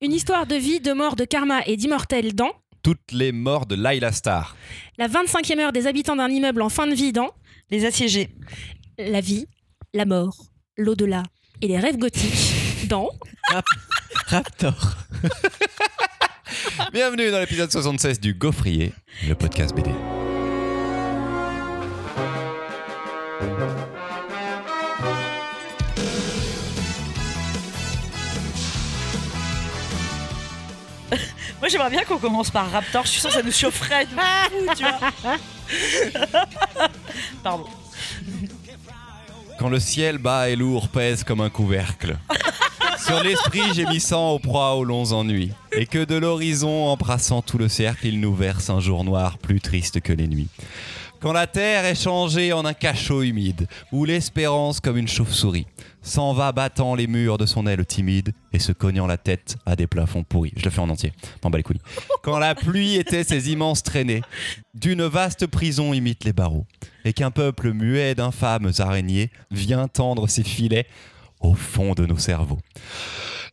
Une histoire de vie, de mort, de karma et d'immortel dans Toutes les morts de Laila Star. La 25e heure des habitants d'un immeuble en fin de vie dans Les assiégés. La vie, la mort, l'au-delà et les rêves gothiques dans Raptor. Bienvenue dans l'épisode 76 du Gaufrier, le podcast BD. Moi, j'aimerais bien qu'on commence par Raptor. Je suis sûre que ça nous chaufferait. de fou, tu vois. Pardon. Quand le ciel bas et lourd pèse comme un couvercle. Sur l'esprit gémissant aux proies aux longs ennuis. Et que de l'horizon, embrassant tout le cercle, il nous verse un jour noir plus triste que les nuits. Quand la terre est changée en un cachot humide, où l'espérance, comme une chauve-souris, s'en va battant les murs de son aile timide et se cognant la tête à des plafonds pourris. Je le fais en entier, m'en bats les couilles. Quand la pluie était ses immenses traînées, d'une vaste prison imite les barreaux, et qu'un peuple muet d'infâmes araignées vient tendre ses filets au fond de nos cerveaux.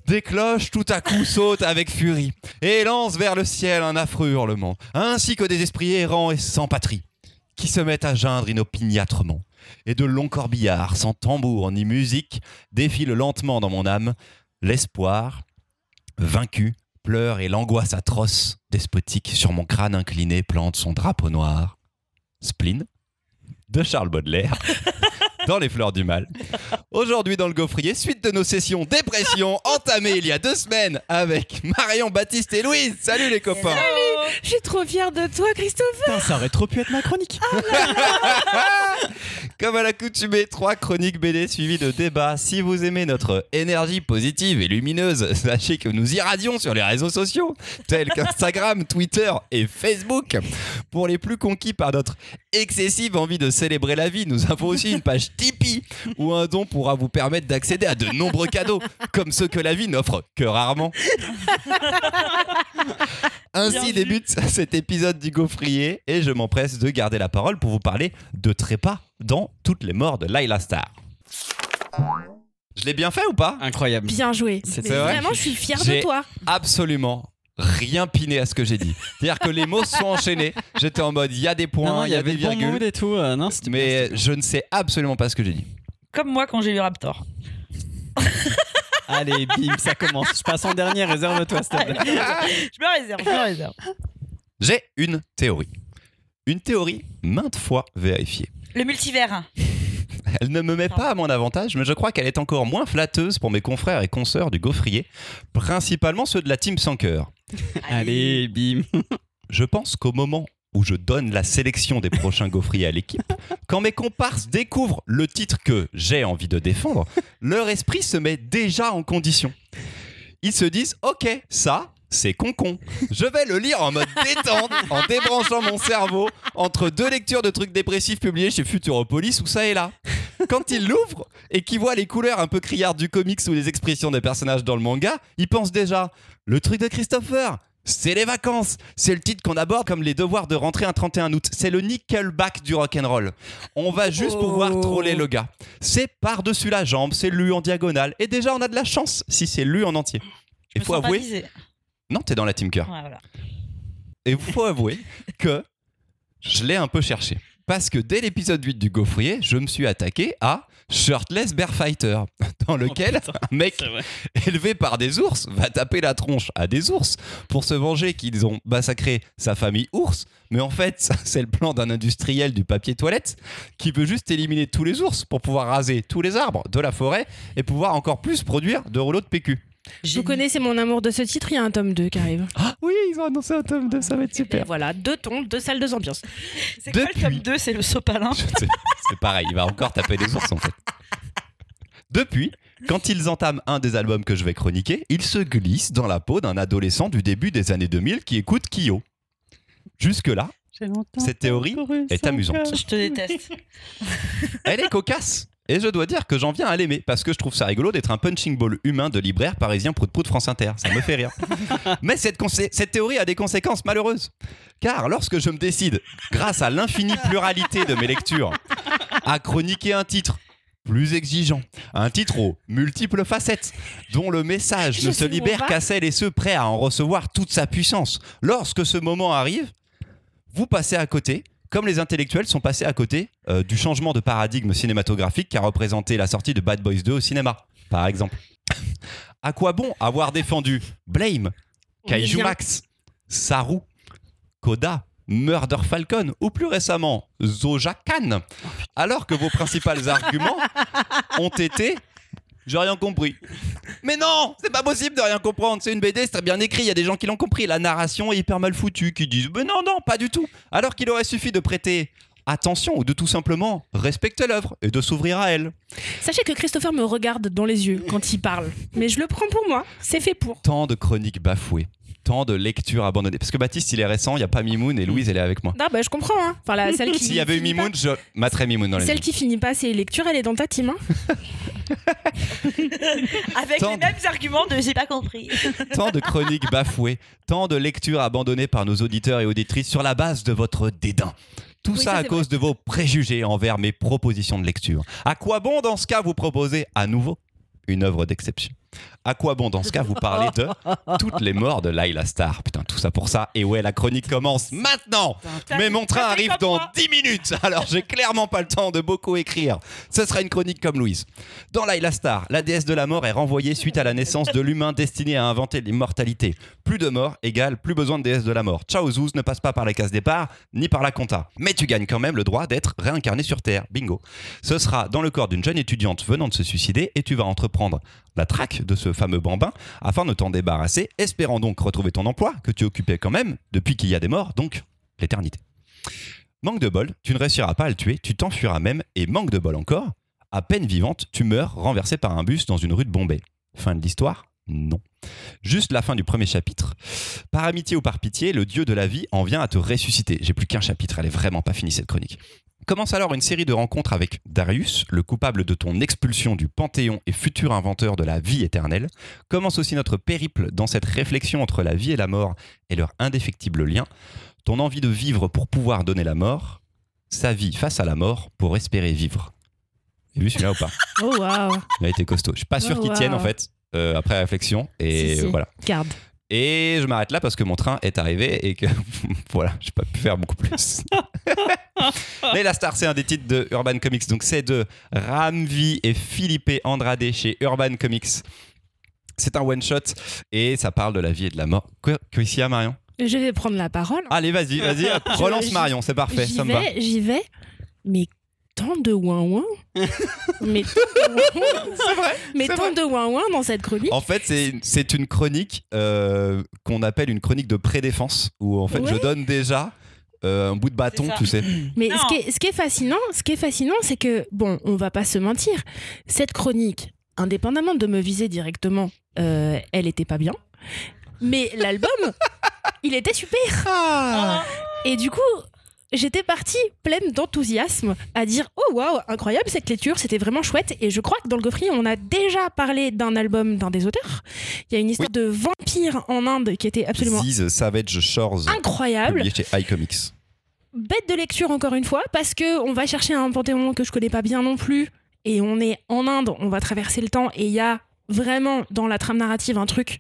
Des cloches tout à coup sautent avec furie et lancent vers le ciel un affreux hurlement, ainsi que des esprits errants et sans patrie, qui se mettent à geindre inopiniâtrement. Et de longs corbillards, sans tambour ni musique, défilent lentement dans mon âme l'espoir, vaincu, pleure et l'angoisse atroce, despotique, sur mon crâne incliné plante son drapeau noir. Spleen de Charles Baudelaire dans Les Fleurs du Mal. Aujourd'hui dans le gaufrier, suite de nos sessions dépression entamées il y a deux semaines avec Marion, Baptiste et Louise. Salut les copains Je suis trop fière de toi, Christophe Putain, ça aurait trop pu être ma chronique. Comme à l'accoutumée, trois chroniques BD suivies de débats. Si vous aimez notre énergie positive et lumineuse, sachez que nous irradions sur les réseaux sociaux, tels qu'Instagram, Twitter et Facebook. Pour les plus conquis par notre excessive envie de célébrer la vie, nous avons aussi une page Tipeee où un don pourra vous permettre d'accéder à de nombreux cadeaux, comme ceux que la vie n'offre que rarement. Ainsi Bien vu. débute cet épisode du Gaufrier et je m'empresse de garder la parole pour vous parler de Trépas dans Toutes les morts de Laila Star. Je l'ai bien fait ou pas Incroyable. Bien joué. C'est Mais vrai Vraiment, je suis fière J'ai- de toi. Absolument rien piné à ce que j'ai dit. C'est-à-dire que les mots sont enchaînés. J'étais en mode il y a des Non, points, il il y a avait des le bon mood virgules. et tout. euh, non, c'était bien, Mais je ne sais absolument pas ce que j'ai dit. Comme moi quand j'ai lu Raptor. c'était- Allez, bim, ça commence. Je passe en dernier, réserve-toi, s'il te plaît. Je me réserve, je me réserve. J'ai une théorie. Une théorie maintes fois vérifiée. Le multivers. Elle ne me met pas à mon avantage, mais je crois qu'elle est encore moins flatteuse pour mes confrères et consoeurs du gaufrier, principalement ceux de la team sans cœur. Allez, bim. Je pense qu'au moment où je donne la sélection des prochains gaufriers à l'équipe, quand mes comparses découvrent le titre que j'ai envie de défendre, leur esprit se met déjà en condition. Ils se disent Ok, ça, c'est concon. Je vais le lire en mode détente, en débranchant mon cerveau, entre deux lectures de trucs dépressifs publiés chez Futuropolis ou ça et là. Quand ils l'ouvrent et qu'ils voient les couleurs un peu criardes du comics ou les expressions des personnages dans le manga, ils pensent déjà Le truc de Christopher c'est les vacances, c'est le titre qu'on aborde comme les devoirs de rentrée un 31 août. C'est le Nickelback du rock'n'roll. On va juste pouvoir troller le gars. C'est par-dessus la jambe, c'est lu en diagonale. Et déjà, on a de la chance si c'est lu en entier. Je Il me faut sens pas avouer. visée. Non, t'es dans la team cœur. Ouais, voilà. Et il faut avouer que je l'ai un peu cherché. Parce que dès l'épisode 8 du Gaufrier, je me suis attaqué à Shirtless Bear Fighter, dans lequel Oh, putain, un mec C'est vrai. élevé par des ours va taper la tronche à des ours pour se venger qu'ils ont massacré sa famille ours. Mais en fait, c'est le plan d'un industriel du papier toilette qui veut juste éliminer tous les ours pour pouvoir raser tous les arbres de la forêt et pouvoir encore plus produire de rouleaux de PQ. Vous connaissez mon amour de ce titre, il y a un tome 2 qui arrive. Oui, ils ont annoncé un tome 2, ça va être Et voilà, deux tomes, deux salles, deux ambiances. C'est quoi Depuis- le tome 2 C'est le sopalin. Je sais, C'est pareil, il va encore taper des ours en fait. Depuis, quand ils entament un des albums que je vais chroniquer, ils se glissent dans la peau d'un adolescent du début des années 2000 qui écoute Kyo. Jusque-là, cette théorie est amusante. Je te déteste. Elle est cocasse et je dois dire que j'en viens à l'aimer parce que je trouve ça rigolo d'être un punching ball humain de libraire parisien prout prout France Inter. Ça me fait rire. Mais cette, consé- cette théorie a des conséquences malheureuses. Car lorsque je me décide, grâce à l'infinie pluralité de mes lectures, à chroniquer un titre plus exigeant, un titre aux multiples facettes, dont le message Je ne se sais où on libère va. qu'à celles et ceux prêts à en recevoir toute sa puissance. Lorsque ce moment arrive, vous passez à côté, comme les intellectuels sont passés à côté euh, du changement de paradigme cinématographique qu'a représenté la sortie de Bad Boys 2 au cinéma, par exemple. à quoi bon avoir défendu Blame, On y Kaiju vient. Max, Saru, Koda, Murder Falcon ou plus récemment Zojakan alors que vos principaux arguments ont été j'ai rien compris. Mais non, c'est pas possible de rien comprendre. C'est une BD, c'est très bien écrit. Il y a des gens qui l'ont compris. La narration est hyper mal foutue, qui disent mais non, non, pas du tout. Alors qu'il aurait suffi de prêter attention ou de tout simplement respecter l'œuvre et de s'ouvrir à elle. Sachez que Christopher me regarde dans les yeux quand il parle. Mais je le prends pour moi. C'est fait pour. Tant de chroniques bafouées, tant de lectures abandonnées. Parce que Baptiste, il est récent, il n'y a pas Mimoun et Louise, elle est avec moi. Ah bah je comprends. Hein. Enfin, la, celle qui. S'il y avait eu finit Mimoun, je materais Mimoun dans pas- les Celle qui finit pas ses lectures, elle est dans ta team. hein. Avec Tant les de- mêmes arguments de j'ai pas compris. Tant de chroniques bafouées, tant de lectures abandonnées par nos auditeurs et auditrices sur la base de votre dédain. Tout Oui, ça, ça, à c'est cause de vos préjugés envers mes propositions de lecture. À quoi bon, dans ce cas, vous proposer à nouveau une œuvre d'exception À quoi bon, dans ce cas, vous parler de toutes les morts de Laila Star Putain, tout ça pour ça. Et ouais, la chronique commence maintenant mais mon train T'as fait arrive comme dans moi. 10 minutes, alors j'ai clairement pas le temps de beaucoup écrire. Ce sera une chronique comme Louise. Dans Laila Star, la déesse de la mort est renvoyée suite à la naissance de l'humain destiné à inventer l'immortalité. Plus de mort égale plus besoin de déesse de la mort. Ciao Zouz ne passe pas par les cases départ ni par la compta. Mais tu gagnes quand même le droit d'être réincarné sur Terre. Bingo. Ce sera dans le corps d'une jeune étudiante venant de se suicider et tu vas entreprendre la traque de ce fameux bambin afin de t'en débarrasser, espérant donc retrouver ton emploi que tu occupais quand même depuis qu'il y a des morts, donc l'éternité. Manque de bol, tu ne réussiras pas à le tuer, tu t'enfuiras même, et manque de bol encore, à peine vivante, tu meurs renversée par un bus dans une rue de Bombay. Fin de l'histoire Non. Juste la fin du premier chapitre. Par amitié ou par pitié, le dieu de la vie en vient à te ressusciter. J'ai plus qu'un chapitre, elle est vraiment pas finie cette chronique. Commence alors une série de rencontres avec Darius, le coupable de ton expulsion du Panthéon et futur inventeur de la vie éternelle. Commence aussi notre périple dans cette réflexion entre la vie et la mort et leur indéfectible lien ton envie de vivre pour pouvoir donner la mort, sa vie face à la mort pour espérer vivre. J'ai vu celui-là ou pas Oh waouh. Il a été costaud. Je suis pas sûr Oh, qu'il tienne wow. en fait, euh, après réflexion. Et Si, si. voilà. Garde. Et je m'arrête là parce que mon train est arrivé et que voilà, j'ai pas pu faire beaucoup plus. Mais la star, c'est un des titres de Urban Comics. Donc c'est de Ramvi et Philippe Andrade chez Urban Comics. C'est un one shot et ça parle de la vie et de la mort. Quoi, quoi ici à Marion Je vais prendre la parole. Allez, vas-y, vas-y, hop, relance j'y- Marion, c'est parfait, J'y ça me va. vais, j'y vais. Mais tant de ouin-ouin. mais tant de ouin-ouin. C'est vrai. Mais C'est tant vrai. de ouin-ouin dans cette chronique. En fait, c'est- c'est une chronique euh, qu'on appelle une chronique de prédéfense, où en fait Ouais. je donne déjà euh, un bout de bâton, C'est ça. tu sais. Mais Non. ce qui, est, ce qui est fascinant, ce qui est fascinant, c'est que bon, on va pas se mentir. Cette chronique, indépendamment de me viser directement, euh, elle était pas bien. Mais l'album, il était super. Ah. Et du coup, j'étais partie pleine d'enthousiasme à dire Oh waouh, incroyable cette lecture, c'était vraiment chouette. Et je crois que dans le Goffry, on a déjà parlé d'un album d'un des auteurs. Il y a une histoire de vampire en Inde qui était absolument Ziz Savage Shores, incroyable. publié chez iComics. Bête de lecture encore une fois, parce que on va chercher un panthéon que je connais pas bien non plus. Et on est en Inde, on va traverser le temps. Et il y a vraiment dans la trame narrative un truc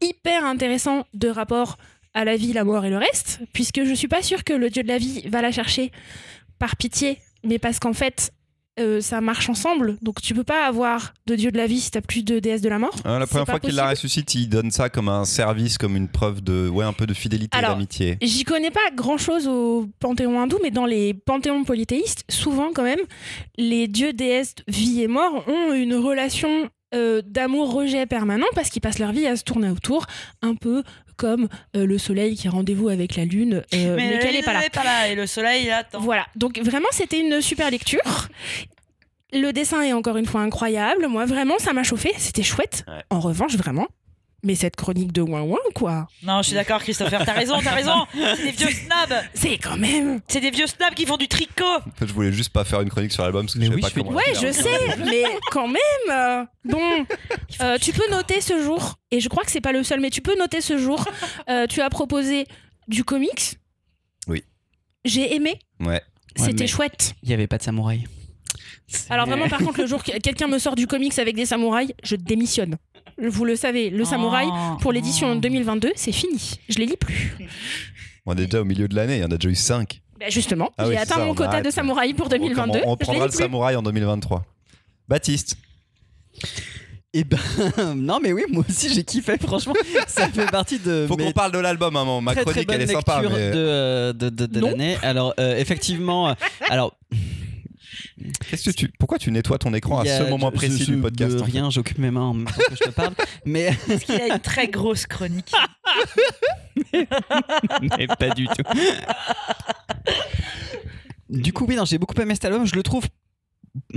hyper intéressant de rapport à la vie, la mort et le reste, puisque je suis pas sûre que le dieu de la vie va la chercher par pitié, mais parce qu'en fait, euh, ça marche ensemble. Donc tu peux pas avoir de dieu de la vie si t'as plus de déesse de la mort. Hein, la C'est première pas fois qu'il la possible. ressuscite, il donne ça comme un service, comme une preuve de, ouais, un peu de fidélité, et Alors, d'amitié. J'y connais pas grand chose au panthéon hindou, mais dans les panthéons polythéistes, souvent quand même, les dieux déesses vie et mort ont une relation euh, d'amour-rejet permanent parce qu'ils passent leur vie à se tourner autour, un peu comme euh, le soleil qui a rendez-vous avec la lune, euh, mais, Mais, qu'elle est pas là. pas là. Et le soleil, il attend. Voilà, donc vraiment c'était une super lecture. Le dessin est encore une fois incroyable. Moi vraiment ça m'a chauffé, c'était chouette. Ouais. En revanche vraiment, mais cette chronique de ouin ouin quoi, Non, je suis d'accord, Christopher. T'as raison, t'as raison. C'est des vieux snobs. c'est quand même. C'est des vieux snobs qui font du tricot. Je voulais juste pas faire une chronique sur l'album parce que Mais je savais oui, pas je fais- comment. Ouais, je sais, mais quand même. euh, Bon, Euh, tu peux noter ce jour, et je crois que c'est pas le seul, mais tu peux noter ce jour. Euh, tu as proposé du comics. Oui. J'ai aimé. Ouais. C'était mais- chouette. Il n'y avait pas de samouraï. Alors vraiment, par contre, le jour que quelqu'un me sort du comics avec des samouraïs, je démissionne. Vous le savez, le samouraï, pour Oh. l'édition 2022, c'est fini. Je les lis plus. On est déjà au milieu de l'année, il y en a déjà eu 5. Bah, justement, Ah oui, j'ai c'est atteint ça, mon on quota arrête. de samouraï pour 2022. On, je les prendra lis le plus. samouraï en 2023. Baptiste, Et ben, non, mais oui, moi aussi j'ai kiffé, franchement. Ça fait partie de. faut mes qu'on parle de l'album un moment. Ma très, très chronique, bonne elle est lecture sympa, mais de, euh, de, de- de Non. l'année. Alors, euh, effectivement, euh, alors, Qu'est-ce que tu... pourquoi tu nettoies ton écran à il y a- ce moment je- précis je- du podcast de en fait Rien, j'occupe mes mains en même temps que je te parle. Mais, Parce qu'il a une très grosse chronique. mais pas du tout. Du coup, oui, non, j'ai beaucoup aimé cet album. Je le trouve.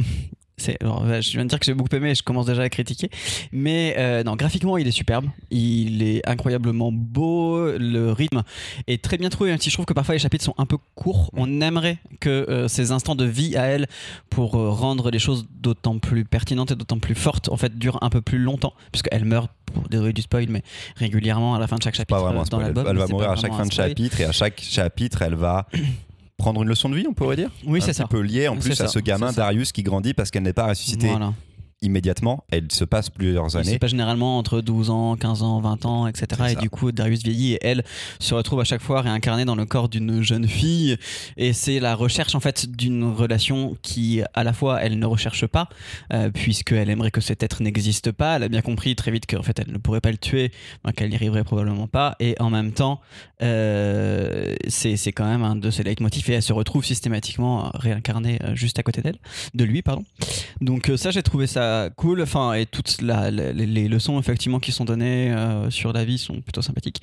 C'est, alors, je viens de dire que j'ai beaucoup aimé et je commence déjà à critiquer. Mais euh, non, graphiquement, il est superbe. Il est incroyablement beau. Le rythme est très bien trouvé, même si je trouve que parfois les chapitres sont un peu courts. On aimerait que euh, ces instants de vie à elle, pour euh, rendre les choses d'autant plus pertinentes et d'autant plus fortes, en fait, durent un peu plus longtemps. Puisqu'elle meurt, pour désolé du spoil, mais régulièrement à la fin de chaque chapitre. Pas vraiment un euh, dans spoil. l'album, Elle va c'est mourir pas à chaque vraiment fin un de spoil. chapitre et à chaque chapitre, elle va prendre une leçon de vie, on pourrait dire. Oui, c'est Un ça. petit peu lié en plus C'est à ça, ce gamin c'est ça. Darius qui grandit parce qu'elle n'est pas ressuscitée Voilà. immédiatement. Elle se passe plusieurs C'est années. pas généralement entre 12 ans, 15 ans, 20 ans, etc. C'est Et ça. du coup, Darius vieillit et elle se retrouve à chaque fois réincarnée dans le corps d'une jeune fille. Et c'est la recherche en fait d'une relation qui, à la fois, elle ne recherche pas, euh, puisqu'elle aimerait que cet être n'existe pas. Elle a bien compris très vite qu'en fait, elle ne pourrait pas le tuer, enfin, qu'elle n'y arriverait probablement pas. Et en même temps, euh, c'est c'est quand même un de ses leitmotifs et elle se retrouve systématiquement réincarnée euh, juste à côté d'elle, de lui, pardon. Donc euh, ça, j'ai trouvé ça cool. Enfin, et toutes la- la- les, les leçons effectivement qui sont données euh, sur la vie sont plutôt sympathiques.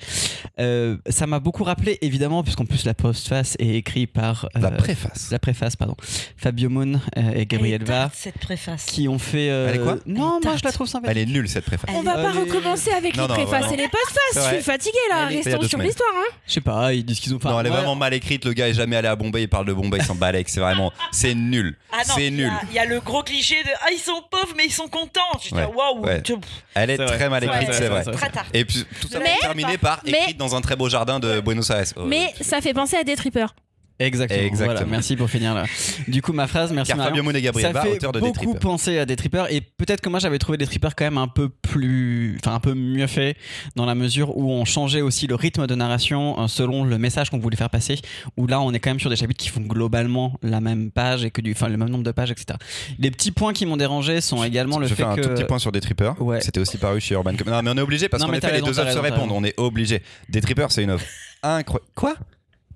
Euh, ça m'a beaucoup rappelé, évidemment, puisqu'en plus la postface est écrite par euh, La préface. la préface, pardon, Fabio Moon euh, et Gabriel Elle est Var, tarte, Cette préface. qui ont fait. euh, Elle est quoi Non, Elle est moi je la tarte. trouve sympathique. Elle est nulle cette préface. On va pas Allez. recommencer avec Non, les non, préfaces vraiment. et les C'est postfaces. Je vrai. suis fatiguée là. Elle est- il y a Restons deux sur semaines. l'histoire. hein. Je sais pas, ils disent qu'ils ont. Enfin, non, elle est moi- vraiment mal écrite. Le gars est jamais allé à Bombay, il parle de Bombay, il s'en bat avec. C'est vraiment. C'est nul. Ah non, c'est il y nul. a- Il y, a le gros cliché de Ah, ils sont pauvres, mais ils sont contents. Je dis, Ouais, ah, waouh, ouais. tu- Elle est C'est vrai, très mal c'est vrai, écrite, c'est c'est vrai. vrai, très tard. Et puis tout ça Mais- pour terminer par mais- écrite dans un très beau jardin de Buenos Aires. Oh, Mais ça fait penser à des trippers. Exactement. Exactement. Voilà, merci pour finir là. Du coup, ma phrase, merci Car Marion. Euh, Fabio Moon et Gabriel ça Barr, fait auteur de beaucoup Des Tripes. penser à des trippers et peut-être que moi j'avais trouvé des trippers quand même un peu plus enfin un peu mieux fait dans la mesure où on changeait aussi le rythme de narration euh, selon le message qu'on voulait faire passer où là on est quand même sur des chapitres qui font globalement la même page et que du enfin le même nombre de pages etc les petits points qui m'ont dérangé sont également le je fait fais un que tout petit point sur des trippers. Ouais. C'était aussi paru chez Urban Com- Non, mais on est obligé parce Non, qu'en mais effet, t'as les raison, deux t'as œuvres se raison, t'as répondent. On est obligé. Des trippers, c'est une œuvre incroyable. Quoi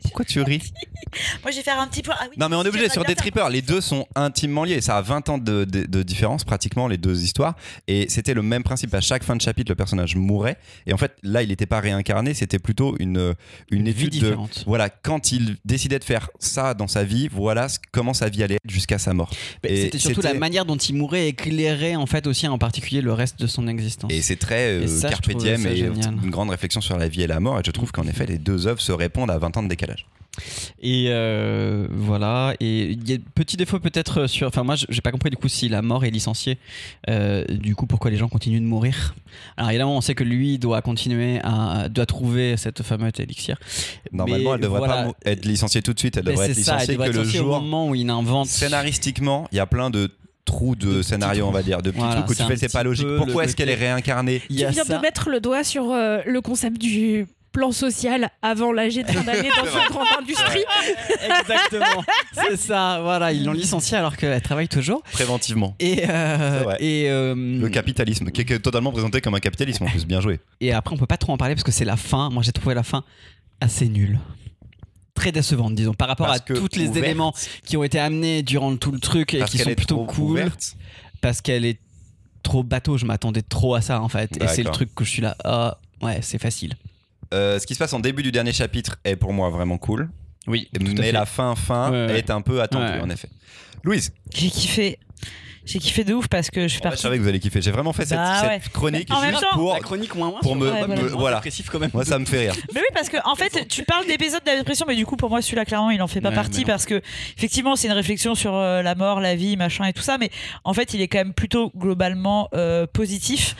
Pourquoi tu ris Moi, je vais faire un petit point. Ah oui, Non, mais on est obligé j'aimerais sur bien des faire- trippers. Les deux sont intimement liés. Ça a 20 ans de, de- de différence, pratiquement, les deux histoires. Et c'était le même principe. À chaque fin de chapitre, le personnage mourait. Et en fait, là, il n'était pas réincarné. C'était plutôt une, une vie étude de. différente Voilà, quand il décidait de faire ça dans sa vie, voilà ce- comment sa vie allait être jusqu'à sa mort. Mais Et c'était surtout c'était- la manière dont il mourait éclairait en fait aussi en particulier le reste de son existence Et c'est très euh, Et ça, je carpe trouve diem ça et génial. Mm. une grande réflexion sur la vie et la mort. Et je trouve qu'en effet, les deux œuvres se répondent à 20 ans de décalage. Et euh, voilà. Et il y a petit défaut peut-être sur. Enfin, moi, j- j'ai pas compris du coup si la mort est licenciée. Euh, du coup, pourquoi les gens continuent de mourir Alors évidemment, on sait que lui doit continuer à doit trouver cette fameuse élixir. Normalement, Mais elle devrait voilà. pas mou- être licenciée tout de suite. Elle Mais devrait c'est être ça, licenciée elle devrait que être le licenciée au jour. moment où il invente. Scénaristiquement, il y a plein de trous de, petits scénario, on va dire, de petits Voilà, trucs où c'est tu fais un c'est petit pas logique. peu Pourquoi le est-ce qu'elle est côté- réincarnée Il y Tu a viens ça. de mettre le doigt sur euh, le concept du plan social avant l'âge de fin d'année dans vrai. une grande industrie. Exactement. c'est ça. Voilà, ils l'ont licenciée alors qu'elle travaille toujours. préventivement Et euh, C'est vrai. et euh, Le capitalisme, qui est totalement présenté comme un capitalisme en plus, bien joué. Et après, on peut pas trop en parler parce que c'est la fin. Moi, j'ai trouvé la fin assez nulle. Très décevante, disons, par rapport Parce à que tous les ouverte. éléments qui ont été amenés durant tout le truc et Parce qui qu'elle sont est plutôt trop cool. ouverte. Parce qu'elle est trop bateau, je m'attendais trop à ça en fait. Et c'est le D'accord. truc que je suis là, ah ouais, c'est facile. Euh, ce qui se passe en début du dernier chapitre est pour moi vraiment cool, Oui, mais la fin fin Ouais, ouais. est un peu attendue Ouais. en effet. Louise, J'ai kiffé. J'ai kiffé de ouf parce que en je fais fait, je partie. savais que vous allez kiffer. J'ai vraiment fait cette, Bah cette ouais. chronique En même juste temps, pour. chronique moins pour me- Ouais, voilà. me- voilà. Répressif quand même. Moi, ça me fait rire. Mais oui, parce que en fait, tu parles d'épisodes de la dépression, mais du coup, pour moi, celui-là, clairement, il en fait pas Ouais, mais partie non. parce que, effectivement, c'est une réflexion sur euh, la mort, la vie, machin et tout ça, mais en fait, il est quand même plutôt globalement euh, positif.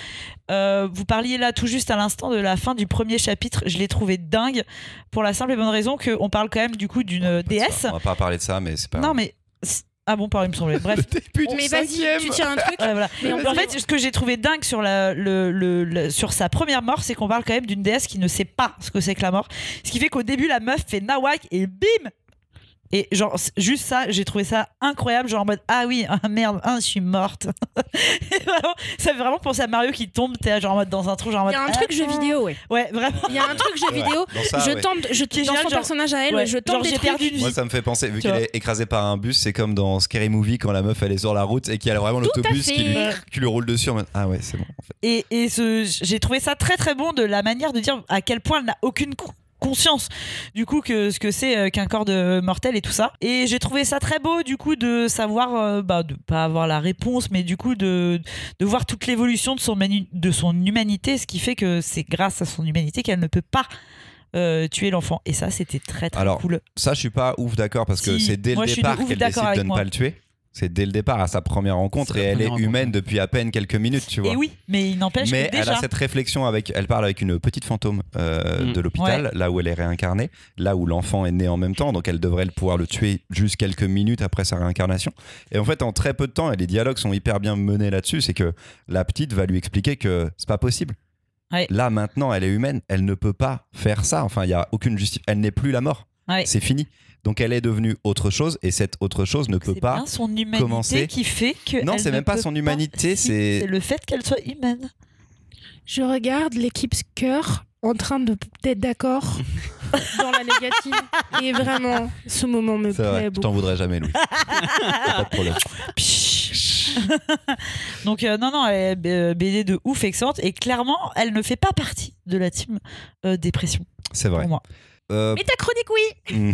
Euh, vous parliez là tout juste à l'instant de la fin du premier chapitre, je l'ai trouvé dingue pour la simple et bonne raison qu'on parle quand même du coup d'une Oh, On va pas- déesse. hein. On va pas parler de ça, mais c'est pas. Non, mais. c'est- Ah bon, par il me semblait. Bref. Début Mais du vas-y, cinquième. tu tires un truc. Ouais, voilà. Mais on Mais peut- en fait, ce que j'ai trouvé dingue sur, la, le, le- le- sur sa première mort, c'est qu'on parle quand même d'une déesse qui ne sait pas ce que c'est que la mort. Ce qui fait qu'au début, la meuf fait nawak et bim Et genre, c- juste ça, j'ai trouvé ça incroyable. Genre en mode, ah oui, ah merde, ah, je suis morte. Et vraiment, ça fait vraiment penser à Mario qui tombe, t'es genre en mode dans un trou, genre en Il mode. y a un ah. truc jeu vidéo, ouais. Ouais, vraiment. Il y a un truc jeu Ouais, vidéo. dans ça, je ouais. tente, je Qui est dans son génial, genre- personnage à elle, Ouais, je genre, tente des j'ai trucs. perdu une vie. Moi, ça me fait penser, vu Tu qu'elle vois. est écrasée par un bus, c'est comme dans Scary Movie quand la meuf elle est sur la route et qu'il y a vraiment Tout à l'autobus qui, lui- fait. qui lui roule dessus en mode Ah ouais, c'est bon. Et, et ce- j'ai trouvé ça très très bon de la manière de dire à quel point elle n'a aucune co- conscience du coup que ce que c'est euh, qu'un corps de mortel et tout ça et j'ai trouvé ça très beau du coup de savoir euh, bah, de pas avoir la réponse mais du coup de, de voir toute l'évolution de son manu- de son humanité ce qui fait que c'est grâce à son humanité qu'elle ne peut pas euh, tuer l'enfant et ça c'était très très Alors, cool Ça, je suis pas ouf d'accord parce que Si, c'est dès moi, le je suis départ de ouf qu'elle d'accord décide avec de ne moi. pas le tuer. C'est dès le départ à sa première rencontre C'est et la elle est première humaine rencontre. depuis à peine quelques minutes, tu vois. et oui mais il n'empêche Mais que elle déjà a cette réflexion avec, elle parle avec une petite fantôme euh, Mm. de l'hôpital, là où elle est réincarnée, là où l'enfant est né en même temps, donc elle devrait le- pouvoir le tuer juste quelques minutes après sa réincarnation. Et en fait, en très peu de temps, et les dialogues sont hyper bien menés là-dessus, c'est que la petite va lui expliquer que c'est pas possible. Ouais. Là maintenant, elle est humaine, elle ne peut pas faire ça. Enfin, il y a aucune justice. Elle n'est plus la mort. Ouais. C'est fini. Donc elle est devenue autre chose, et cette autre chose ne peut c'est pas. bien son humanité commencer. qui fait que Non, elle c'est ne même pas peut son humanité, Si, c'est- c'est le fait qu'elle soit humaine Je regarde l'équipe cœur en train de d'être d'accord dans la négative. Et vraiment, ce moment me C'est vrai, plaît je beaucoup. t'en voudrais jamais, Louis. Y a pas de problème. Donc euh, non non elle est euh, BD de ouf excellente et clairement elle ne fait pas partie de la team euh, dépression C'est vrai. pour moi. Euh, Mais ta chronique, oui Hmm.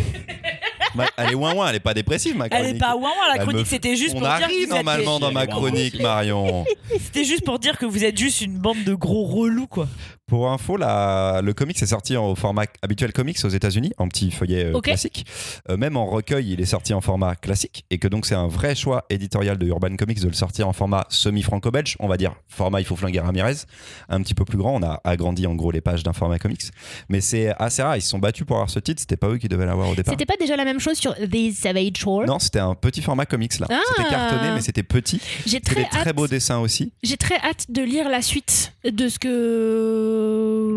Ma- elle est ouin ouin, elle est pas dépressive ma Elle chronique. est pas ouin ouin, la Bah, Elle me- chronique c'était juste On pour dire que arrive vous êtes normalement des- dans ma Elle est ouin-ouin. chronique Marion. c'était juste pour dire que vous êtes juste une bande de gros relous quoi. Pour info, la- le comics est sorti en format habituel comics aux États-Unis, en petit feuillet euh, Ok. classique. Euh, même en recueil, il est sorti en format classique et que donc c'est un vrai choix éditorial de Urban Comics de le sortir en format semi-franco-belge, on va dire format il faut flinguer Ramirez, un petit peu plus grand. On a agrandi en gros les pages d'un format comics, mais c'est assez rare. Ils se sont battus pour avoir ce titre. C'était pas eux qui devaient l'avoir au départ. C'était pas déjà la même chose sur The Savage War Non, c'était un petit format comics là. Ah. C'était cartonné, mais c'était petit. J'ai C'est très, des très hâte- beaux dessins aussi. j'ai très hâte de lire la suite de ce que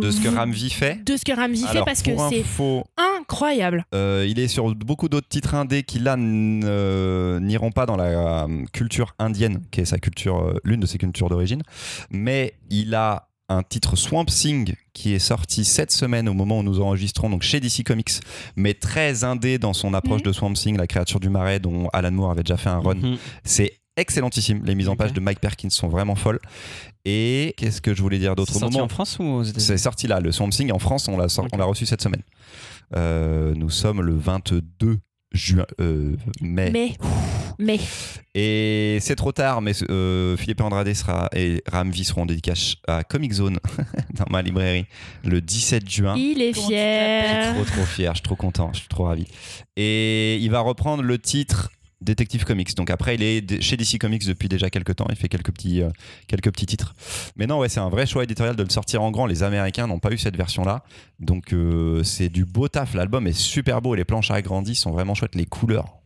De ce que Ramvi fait. de ce que Ramzi Mmh. fait Alors, parce que pour c'est info, incroyable. euh, il est sur beaucoup d'autres titres indés qui là n- euh, n'iront pas dans la euh, culture indienne, qui est sa culture, euh, l'une de ses cultures d'origine. Mais il a un titre Swamp Thing qui est sorti cette semaine au moment où nous enregistrons, donc chez DC Comics, mais très indé dans son approche Mhm. de Swamp Thing, la créature du marais dont Alan Moore avait déjà fait un run Mhm. C'est excellentissime. Les mises en Ok. page de Mike Perkins sont vraiment folles. Et qu'est-ce que je voulais dire d'autre C'est au sorti moment en France ou aux États-Unis C'est sorti là, le Swamp Thing en France, on l'a sor- Mmh. Ok. on l'a reçu cette semaine. Euh, nous sommes le 22 juin, euh, mai. Mais mais Et c'est trop tard, mais euh, Philippe Andrade sera, et Ramvi seront en dédicace à Comic Zone dans ma librairie le 17 juin. il est Comment tu fier. Trop trop fier, je suis trop content, je suis trop ravi. Et il va reprendre le titre Détective Comics. Donc après, il est d- chez DC Comics depuis déjà quelques temps. Il fait quelques petits, euh, quelques petits titres. Mais non, ouais, c'est un vrai choix éditorial de le sortir en grand. Les Américains n'ont pas eu cette version-là. Donc euh, c'est du beau taf. L'album est super beau. Les planches agrandies sont vraiment chouettes. Les couleurs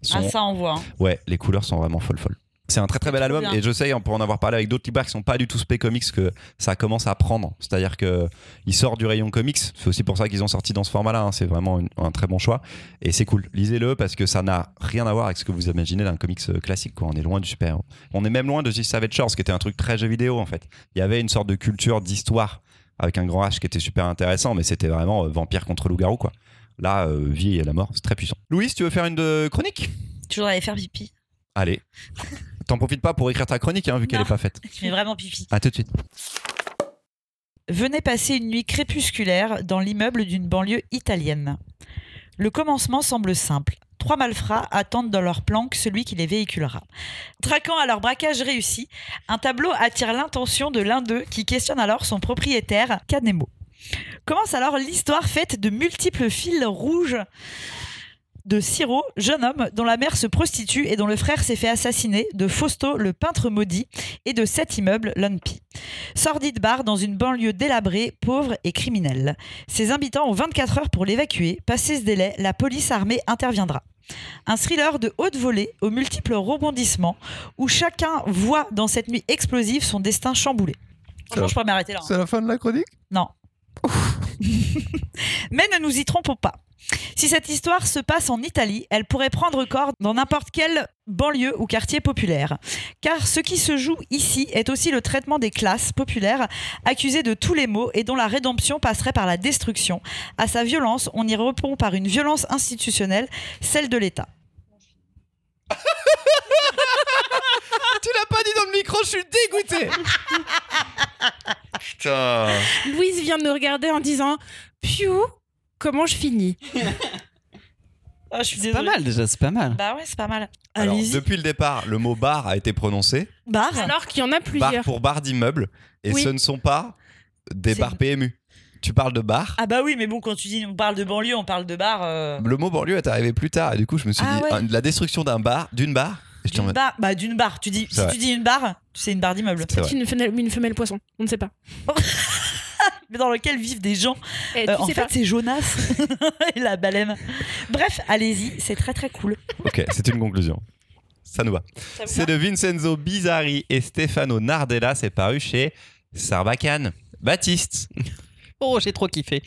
sont Ah, ça on voit. hein. Ouais, les couleurs sont vraiment folles folles. C'est un très très bel album bien. et je sais pour en avoir parlé avec d'autres libraires qui sont pas du tout spé comics que ça commence à prendre. C'est-à-dire que il sort du rayon comics. C'est aussi pour ça qu'ils ont sorti dans ce format-là. hein. C'est vraiment une- un très bon choix et c'est cool. Lisez-le parce que ça n'a rien à voir avec ce que vous imaginez d'un comics euh, classique. Quoi. On est loin du super. héros On est même loin de The Savage Shores qui était un truc très jeu vidéo en fait. Il y avait une sorte de culture d'histoire avec un grand H qui était super intéressant, mais c'était vraiment euh, vampire contre loup-garou quoi. Là, euh, vie et la mort, c'est très puissant. Louis, tu veux faire une de chronique Toujours aller faire pipi. Allez. T'en profites pas pour écrire ta chronique, hein, vu qu'elle Non. est pas faite. Je fais vraiment pipi. À tout de suite. venait passer une nuit crépusculaire dans l'immeuble d'une banlieue italienne. Le commencement semble simple. Trois malfrats attendent dans leur planque celui qui les véhiculera. Traquant à leur braquage réussi, un tableau attire l'attention de l'un d'eux qui questionne alors son propriétaire, Canemo. Commence alors l'histoire faite de multiples fils rouges de Ciro, jeune homme dont la mère se prostitue et dont le frère s'est fait assassiner, de Fausto, le peintre maudit, et de cet immeuble, l'Unpi. Sordide bar dans une banlieue délabrée, pauvre et criminelle. Ses habitants ont 24 heures pour l'évacuer. Passé ce délai, la police armée interviendra. Un thriller de haute volée aux multiples rebondissements où chacun voit dans cette nuit explosive son destin chamboulé. Franchement, va. je pourrais m'arrêter là. hein. C'est la fin de la chronique Non. Mais ne nous y trompons pas. Si cette histoire se passe en Italie, elle pourrait prendre corps dans n'importe quelle banlieue ou quartier populaire. Car ce qui se joue ici est aussi le traitement des classes populaires accusées de tous les maux et dont la rédemption passerait par la destruction. À sa violence, on y répond par une violence institutionnelle, celle de l'État. Tu l'as pas dit dans le micro, je suis dégoûté. Putain. Louise vient de nous regarder en disant Piou, comment je finis Ah, je suis C'est pas mal déjà, c'est pas mal. Bah ouais, c'est pas mal. Alors, Allez-y. depuis le départ, le mot bar a été prononcé. Bar Alors qu'il y en a Bar plusieurs. pour bar d'immeuble. Et Oui. ce ne sont pas des C'est- bars PMU. Tu parles de bar. Ah bah oui, mais bon, quand tu dis on parle de banlieue, on parle de bar. euh, Le mot banlieue est arrivé plus tard. Et du coup, je me suis Ah dit, ouais. ah, la destruction d'un bar, d'une bar. Et j'étais en D'une mode, barre, bah d'une barre. Tu dis, C'est si vrai. tu dis une barre, c'est une barre d'immeuble. C'est vrai. C'est une femelle, une femelle poisson, on ne sait pas. Mais dans lequel vivent des gens. Eh, Euh, tu en sais fait, c'est Jonas et la baleine. Bref, allez-y, c'est très très Euh, cool. Ok, c'est une conclusion. Ça nous va. C'est de Vincenzo Bizzari et Stefano Nardella. C'est paru chez Sarbacane. Baptiste. Oh, j'ai trop kiffé.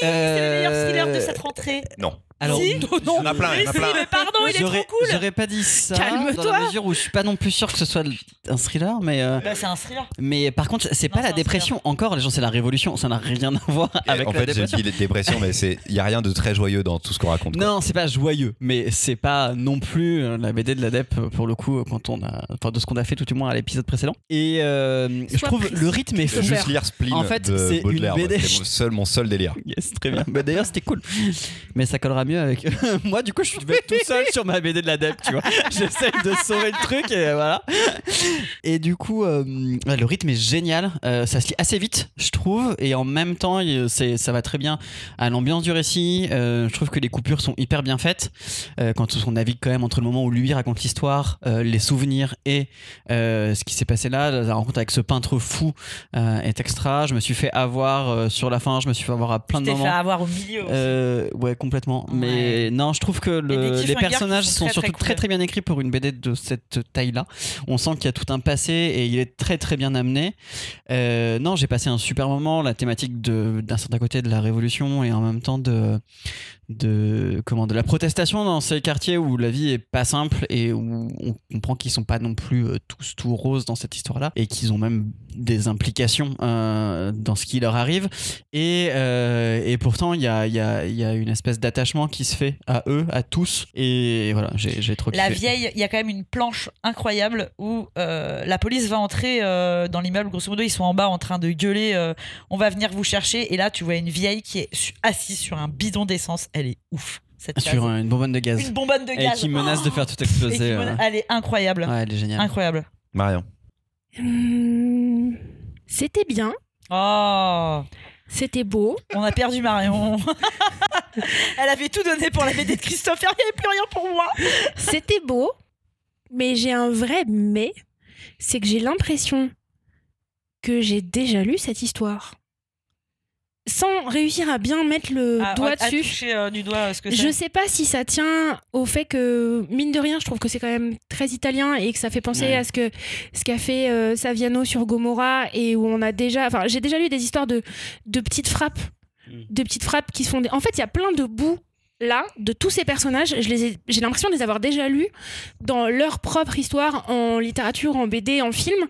C'est le meilleur thriller de cette rentrée. Euh, Non. Alors, Si Il y en a plein, il y en a plein. mais pardon, il est hein. J'aurais- trop cool. J'aurais pas dit ça dans Calme-toi. la mesure où je suis pas non plus sûr que ce soit un thriller, mais euh, Bah, c'est un thriller. mais par contre c'est pas Non, c'est la un dépression. Encore les gens c'est la révolution, ça n'a rien à voir avec en la fait, j'ai dépression. dit les dépressions, mais c'est- il n'y a rien de très joyeux dans tout ce qu'on raconte. quoi. Non, c'est pas joyeux, mais c'est pas non plus euh, la BD de l'adep euh, pour le coup euh, quand on a, enfin de ce qu'on a fait tout du moins à l'épisode précédent. Et euh, je Sois trouve triste. le rythme est Je fou. vais Juste lire Spleen En fait, c'est de une Baudelaire. moi, BD. C'est mon seul, mon seul délire. Yes, très bien. Bah, d'ailleurs, c'était cool. Mais ça collera mieux avec moi. Du coup, je vais être tout seul sur ma BD de l'adepte, tu vois. J'essaie de sauver le truc et voilà. Et du coup, euh, ouais, le rythme est génial. Euh, ça se lit assez vite, je trouve. Et en même temps, il- c'est, ça va très bien à l'ambiance du récit. Euh, je trouve que les coupures sont hyper bien faites. Euh, quand on navigue quand même entre le moment où lui raconte l'histoire, euh, les souvenirs et euh, ce qui s'est passé là, la rencontre avec ce peintre fou euh, est extra. Je me suis fait avoir euh, sur la fin. Je me suis fait avoir à plein Tu de t'es fait moments. avoir au milieu. aussi. Euh, ouais, complètement. Mais non, je trouve que le- des les cliffhangers qui personnages sont sont, très, surtout très cool. très très bien écrits pour une BD de cette taille-là. On sent qu'il y a tout un passé et il est très très bien amené. Euh, non, j'ai passé un super moment. La thématique de- d'un certain côté de la révolution et en même temps de, de, comment, de la protestation dans ces quartiers où la vie est pas simple et où on comprend qu'ils sont pas non plus euh, tous tout roses dans cette histoire-là et qu'ils ont même des implications euh, dans ce qui leur arrive. Et, euh, et pourtant, il y a, il y a- il y a une espèce d'attachement qui se fait à eux, à tous. Et voilà, j'ai j'ai trop kiffé. La vieille, il y a quand même une planche incroyable où euh, la police va entrer euh, dans l'immeuble. Grosso modo, ils sont en bas en train de gueuler. euh, on va venir vous chercher. Et là, tu vois une vieille qui est su- assise sur un bidon d'essence. Elle est ouf. Cette Sur case. euh, une bonbonne de gaz. une bonbonne de Et gaz. qui menace de faire tout Oh Et qui exploser. mena- euh. Elle est incroyable. Ah, Ouais, elle est géniale. Incroyable. Marion. Hum, C'était bien, Oh, c'était beau. on a perdu Marion. elle avait tout donné pour la BD de Christopher. Il n'y avait plus rien pour moi. C'était beau, mais j'ai un vrai mais, c'est que j'ai l'impression que j'ai déjà lu cette histoire. Sans réussir à bien mettre le Ah, doigt à- à dessus. toucher, euh, du doigt ce Euh, que Je c'est. sais pas si ça tient au fait que, mine de rien, je trouve que c'est quand même très italien et que ça fait penser Ouais. à ce que ce qu'a fait euh, Saviano sur Gomorra et où on a déjà. Enfin, j'ai déjà lu des histoires de, de petites frappes. Hmm. Mm. De petites frappes qui se font. des- En fait, il y a plein de bouts là de tous ces personnages. Je les ai- J'ai l'impression de les avoir déjà lus dans leur propre histoire, en littérature, en BD, en film.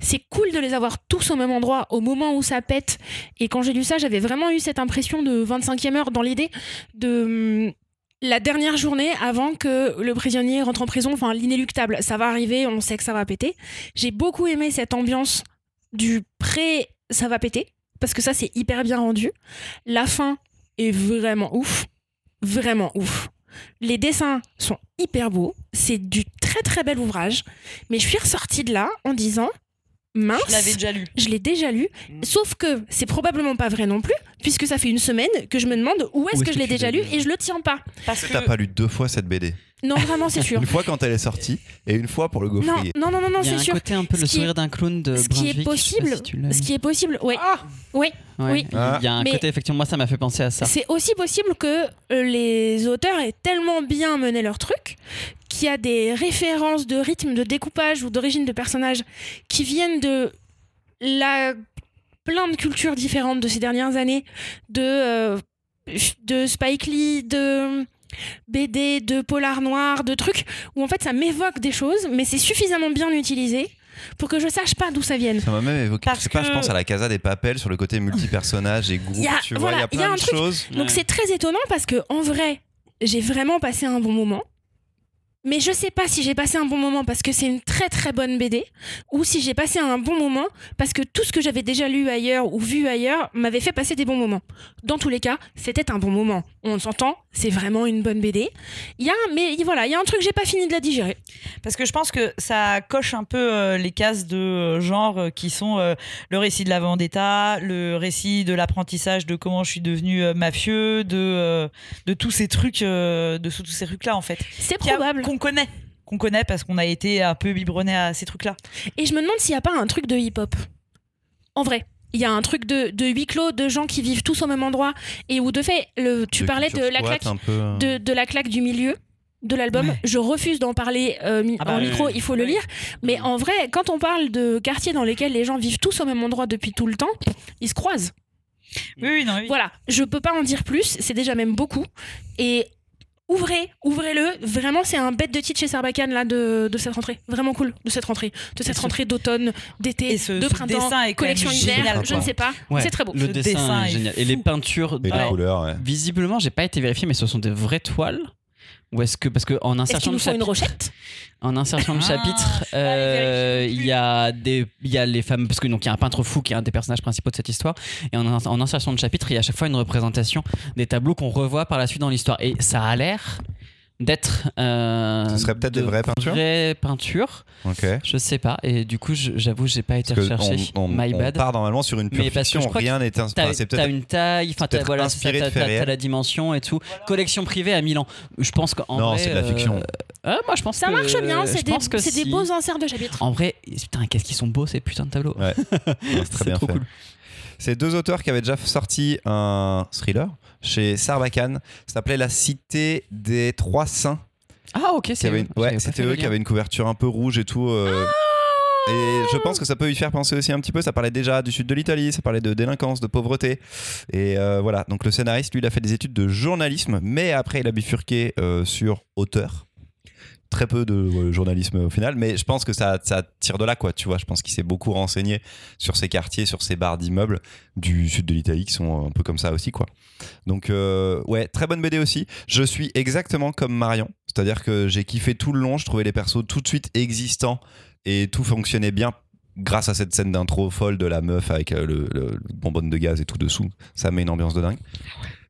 C'est cool de les avoir tous au même endroit, au moment où ça pète. Et quand j'ai lu ça, j'avais vraiment eu cette impression de 25e heure dans l'idée de hum, la dernière journée avant que le prisonnier rentre en prison, enfin l'inéluctable, ça va arriver, on sait que ça va péter. J'ai beaucoup aimé cette ambiance du pré ça va péter parce que ça c'est hyper bien rendu. La fin est vraiment ouf, vraiment ouf. Les dessins sont hyper beaux, c'est du très très bel ouvrage, mais je suis ressortie de là en disant Je l'avais mince, déjà lu. je l'ai déjà lu, sauf que c'est probablement pas vrai non plus puisque ça fait une semaine que je me demande où est-ce que, je l'ai déjà lu et je le tiens pas. Parce T'as que pas lu deux fois cette BD. Non, vraiment, c'est sûr. Une fois quand elle est sortie et une fois pour le Non, gaufrier. non, non, non, non, Il y a c'est un sûr. côté un peu le Ce qui est- sourire d'un clown de ce qui est Brunswick, je sais pas possible, si tu l'as Ce lu. qui est possible, ouais. Ouais, oui. Il y a un Mais- côté, effectivement, moi ça m'a fait penser à ça. C'est aussi possible que euh, les auteurs aient tellement bien mené leur truc qu'il y a des références de rythme, de découpage ou d'origine de personnages qui viennent de la plein de cultures différentes de ces dernières années, de, euh, de Spike Lee, de BD, de Polar Noir, de trucs où en fait ça m'évoque des choses, mais c'est suffisamment bien utilisé pour que je sache pas d'où ça vienne. Ça m'a même évoqué. Parce je sais pas, que- je pense à la Casa des Papels sur le côté multi-personnages et groupe. Il y a- tu vois, voilà, il y a il y a plein un de truc- choses. Donc c'est très étonnant parce que en vrai, j'ai vraiment passé un bon moment. Mais je sais pas si j'ai passé un bon moment parce que c'est une très très bonne BD ou si j'ai passé un bon moment parce que tout ce que j'avais déjà lu ailleurs ou vu ailleurs m'avait fait passer des bons moments. Dans tous les cas, c'était un bon moment. On s'entend, c'est vraiment une bonne BD. Il y a un- mais voilà, il y a un truc j'ai pas fini de la digérer. Parce que je pense que ça coche un peu euh, les cases de euh, genre euh, qui sont euh, le récit de la vendetta, le récit de l'apprentissage de comment je suis devenu euh, mafieux, de, euh, de tous ces trucs, euh, de tous ces trucs-là en fait. C'est Qui a- probable. Qu'on connaît. Qu'on connaît parce qu'on a été un peu biberonné à ces trucs-là. Et je me demande s'il n'y a pas un truc de hip-hop. En vrai, il y a un truc de, de huis clos, de gens qui vivent tous au même endroit. Et où, de fait, le, tu De parlais de culture la, squat, claque, un peu, hein. de, de la claque du milieu de l'album. Ouais. Je refuse d'en parler euh, mi- Ah bah en oui. micro, il faut le Oui. lire. Mais en vrai, quand on parle de quartiers dans lesquels les gens vivent tous au même endroit depuis tout le temps, ils se croisent. Oui, oui, non, oui. Voilà, je peux pas en dire plus, c'est déjà même beaucoup. Et ouvrez, ouvrez-le. Vraiment, c'est un bête de titre chez Sarbacane là de, de cette rentrée. Vraiment cool de cette rentrée, de cette ce- rentrée d'automne, d'été, et ce- de ce printemps, dessin est quand collection même hiver, génial, je ne quoi. sais pas. Ouais, C'est très beau. Le Ce dessin, dessin est est génial. fou. Et les peintures. Et les alors, couleurs, ouais. Visiblement, j'ai pas été vérifié, mais ce sont des vraies toiles ou est-ce que parce que en Est-ce qu'il insertion de nous faut une chapitre, rochette en insertion de Ah, chapitre, je vais aller euh, vérifier non il plus. y a des il y a les femmes parce que donc il y a un peintre fou qui est un des personnages principaux de cette histoire et en, en insertion de chapitre, il y a à chaque fois une représentation des tableaux qu'on revoit par la suite dans l'histoire et ça a l'air d'être euh, Ce serait peut-être de des vraies peintures vraies peintures, Ok. je sais pas et du coup je- j'avoue j'ai pas été Parce que recherché on, on- my on bad part normalement sur une pure Mais parce que je fiction, crois rien n'est ins- T'as enfin, c'est t'as peut-être une taille, enfin t'as peut-être voilà, c'est ça, inspiré t'as de faits t'as- t'as réels. la dimension et tout. Collection privée à Milan. Je pense qu'en Non, vrai, c'est de la euh, fiction. euh, moi je pense Ça que- marche bien, je c'est des, pense que c'est des si. beaux inserts de chapitres. En vrai, putain, qu'est-ce qu'ils sont beaux ces putains de tableaux. Ouais, c'est très c'est bien trop fait. cool. C'est deux auteurs qui avaient déjà sorti un thriller chez Sarbacane. Ça s'appelait La Cité des Trois Saints. Ah ok, qui c'est avait une- j'avais Ouais, pas c'était fait le eux qui lien. avaient une couverture un peu rouge et tout. euh, Et je pense que ça peut y faire penser aussi un petit peu. Ça parlait déjà du sud de l'Italie, ça parlait de délinquance, de pauvreté. Et euh, voilà, donc le scénariste, lui, il a fait des études de journalisme, mais après, il a bifurqué euh, sur auteur. Très peu de euh, journalisme au final, mais je pense que ça, ça tire de là, quoi. Tu vois, je pense qu'il s'est beaucoup renseigné sur ces quartiers, sur ces bars d'immeubles du sud de l'Italie qui sont un peu comme ça aussi, quoi. Donc, euh, ouais, très bonne BD aussi. Je suis exactement comme Marion, c'est-à-dire que j'ai kiffé tout le long, je trouvais les persos tout de suite existants et tout fonctionnait bien grâce à cette scène d'intro folle de la meuf avec euh, le, le- le bonbonne de gaz et tout dessous. Ça met une ambiance de dingue.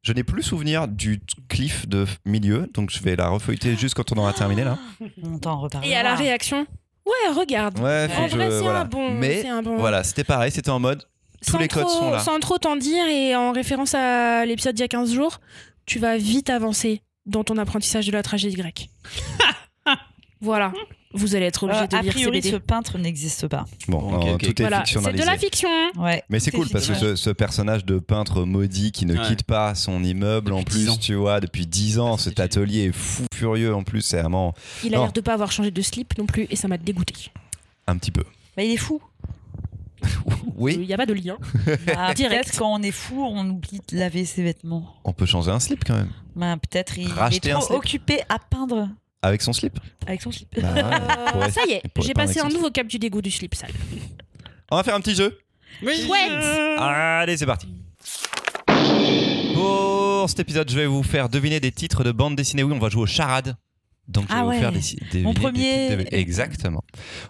Je n'ai plus souvenir du t- cliff de f- milieu, donc je vais la refeuilleter juste quand on aura terminé là. On t'en reparlera. Et à la réaction, ouais, regarde. Ouais, Ah, En faut que vrai, je- c'est voilà. un bon. Mais c'est un bon- voilà, c'était pareil, c'était en mode tous sans les codes trop, sont là. Sans trop t'en dire et en référence à l'épisode d'il y a 15 jours, tu vas vite avancer dans ton apprentissage de la tragédie grecque. voilà. Vous allez être obligé Euh, de a lire ces priori, BD. ce peintre n'existe pas. bon, Ok, euh, ok. tout est Voilà, c'est fictionnalisé. de la fiction. Ouais. Mais c'est cool parce que ce, ce personnage de peintre maudit qui ne Ouais. quitte pas son immeuble en Depuis dix ans. plus, tu vois, depuis 10 ans, Ah, c'est cet atelier est fou furieux en plus, c'est vraiment Il a Non. l'air de pas avoir changé de slip non plus et ça m'a dégoûté. un petit peu. Bah, il est fou. Il Oui, n'y a pas de lien. Bah, Direct. Peut-être quand on est fou, on oublie de laver ses vêtements. on peut changer un slip quand même. Bah, Peut-être il Racheter est un trop slip. occupé à peindre Avec son slip avec son slip. Bah, ouais, pour être- ça y est, il pourrait j'ai pas en passé un exister. nouveau cap du dégoût du slip sale. On va faire un petit jeu. Allez, c'est parti. Pour cet épisode, je vais vous faire deviner des titres de bande dessinée. Oui, on va jouer au charade. Donc, je vais Ah vous ouais. faire des, deviner Mon des premier- titres de- Exactement.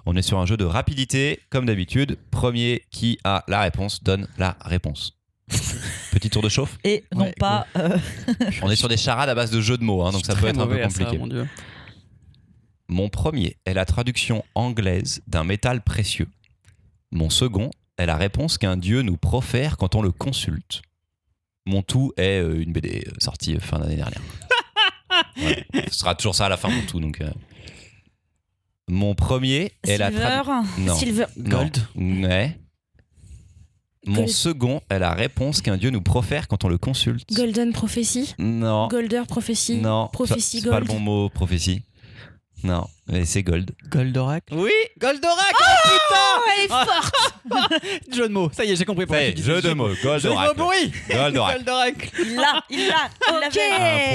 On est sur un jeu de rapidité, comme d'habitude. Premier qui a la réponse donne la réponse. Petit tour de chauffe. Et non Ouais, pas. euh, On est sur des charades à base de jeux de mots, hein, donc ça peut être un peu compliqué. mon dieu. Mon premier est la traduction anglaise d'un métal précieux. Mon second est la réponse qu'un dieu nous profère quand on le consulte. Mon tout est euh, une BD sortie fin d'année dernière. Ouais. Ce sera toujours ça à la fin, mon tout. Donc, euh. Mon premier est la Silver. trad- Non. Silver. Non. Gold. Ouais. Mon Gold. second est la réponse qu'un dieu nous profère quand on le consulte. Golden Prophecy. Non. Golder Prophecy. Non. Prophétie Ça, C'est pas le gold. bon mot, prophétie. Non, mais c'est gold. Goldorak Oui, Goldorak Ah oh, Elle est forte Putain Jeu de mots, ça y est, j'ai compris pourquoi. Hey, tu disais jeu de jeu- mots, Jeu de mots goldorak. pourris Goldorak. Goldorak Il l'a, il l'a, il Ok. l'avait.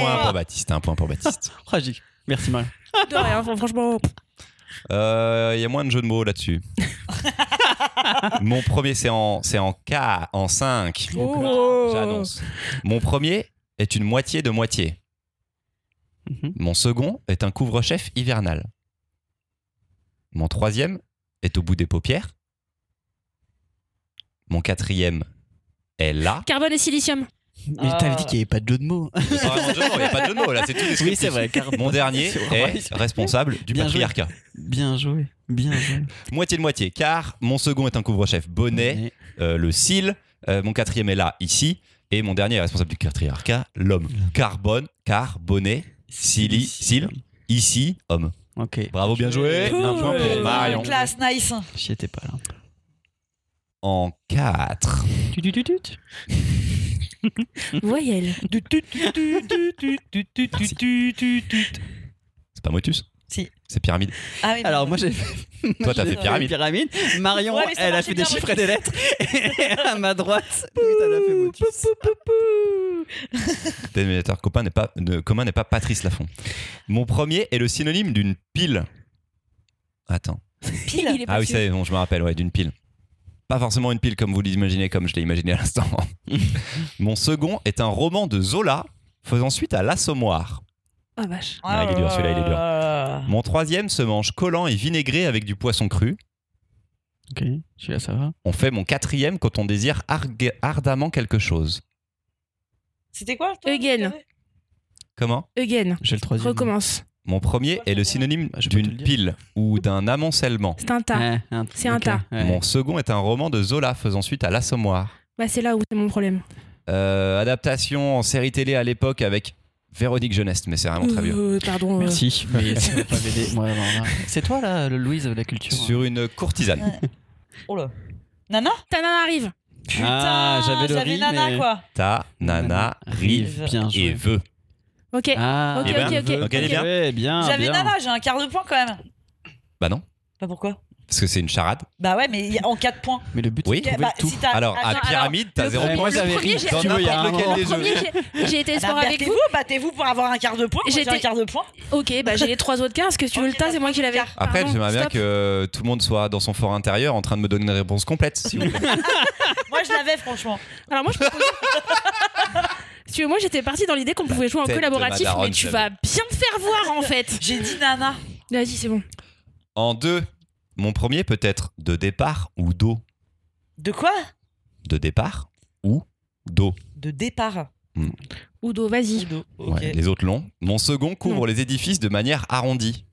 Un point pour Baptiste, un point pour Baptiste. Tragique. Oh, Merci Marie. De rien, fran- franchement. Euh, Il y a moins de jeux de mots là-dessus. Mon premier, c'est en, c'est en K, en 5. Oh. J'annonce. Mon premier est une moitié de moitié. Mhm. Mon second est un couvre-chef hivernal. Mon troisième est au bout des paupières. Mon quatrième est là. Carbone et silicium. Ah. Mais t'avais dit qu'il n'y avait pas de jeu de mots. Il n'y a pas de jeu de mots, là, c'est tout Oui, descriptif. c'est vrai. Car... Mon dernier C'est vrai. est responsable du Bien joué. patriarcat. Bien joué. Bien joué. Moitié de moitié, car mon second est un couvre-chef bonnet, euh, le cil. euh, mon quatrième est là, ici. Et mon dernier est responsable du patriarcat, l'homme. Carbone, car, bonnet, cili, cil, ici, homme. Ok. Bravo, bien joué. Cool. Un point pour Marion. Classe, nice. J'y étais pas là. En 4. Tu, tu, tu, tu, tu. Voyelle. C'est pas Motus Si. C'est Pyramide. Ah oui, Alors moi j'ai Toi, t'as j'ai fait Pyramide. pyramide. Marion, Ouais, mais ça elle a marchait fait des bien, chiffres et des lettres. Et à ma droite, Louis, elle a fait Motus. Le dénominateur copain n'est pas, de- commun n'est pas Patrice Laffont. Mon premier est le synonyme d'une pile. Attends. pile. Il est Ah parti. oui, c'est bon, je me rappelle, ouais, d'une pile. Pas forcément une pile comme vous l'imaginez, comme je l'ai imaginé à l'instant. Mon second est un roman de Zola faisant suite à L'Assommoir. Ah vache. Ah, il est dur, celui-là, il est dur. Ah. Mon troisième se mange collant et vinaigré avec du poisson cru. Ok, je suis là, ça va. On fait mon quatrième quand on désire argue- ardemment quelque chose. C'était quoi toi, Again. t'avais Comment Again. J'ai le troisième. Recommence. Mon premier est le synonyme Bah, je peux te le d'une dire. pile ou d'un amoncellement. C'est un tas. Ouais, C'est un ok, tas. ouais. Mon second est un roman de Zola faisant suite à L'Assommoir. Bah, c'est là où c'est mon problème. Euh, adaptation en série télé à l'époque avec Véronique Jeunesse, mais c'est vraiment Ah très vieux. Euh, pardon. euh, Merci, mais ça va pas m'aider. Ouais, ouais, ouais. C'est toi là, le Louise de la culture. hein. Sur une courtisane. Oh là. Nana Tana arrive. Putain, Ah, j'avais le riz, Nana, mais- quoi. Ta, nana, rive Rive. Bien et joué. veut. Ok. Ah, Ok, ok, ok, ok. Ok, elle est bien. Ouais, bien. J'avais Ah, bien. Nana, j'ai un quart de point quand même. Bah non, Bah pourquoi parce que c'est une charade. Bah ouais, mais il y a- en 4 points. Mais le but, Oui. c'est de trouver Bah, le tout. si t'as- Alors, à attends, pyramide, t'as le zéro premier- point. le premier, j'ai- Dans Tu vois, il y a un n'importe moment- lequel des En premier, jeux. j'ai- j'ai été Ah, espoir bah, avec vous. battez-vous, battez-vous pour avoir un quart de point. Moi, J'ai J'étais- un quart de point. Ok, bah j'ai les trois autres cartes. Parce que tu veux Ok, le tas, c'est moi qui l'avais. Après, Pardon, j'aimerais bien stop. que euh, tout le monde soit dans son fort intérieur en train de me donner une réponse complète. s'il vous plaît. Moi, je l'avais, franchement. Alors moi, je propose- Si tu veux, moi j'étais partie dans l'idée qu'on pouvait jouer en tête de collaboratif, Madaron, mais tu vas j'avais. bien te faire voir en fait. J'ai dit Nana. Vas-y, c'est bon. En deux, mon premier peut être de départ ou d'eau. De quoi De départ ou d'eau. De départ. Udo, vas-y. Oudo. Ouais, Ok. les autres longs. Mon second couvre Non. les édifices de manière arrondie.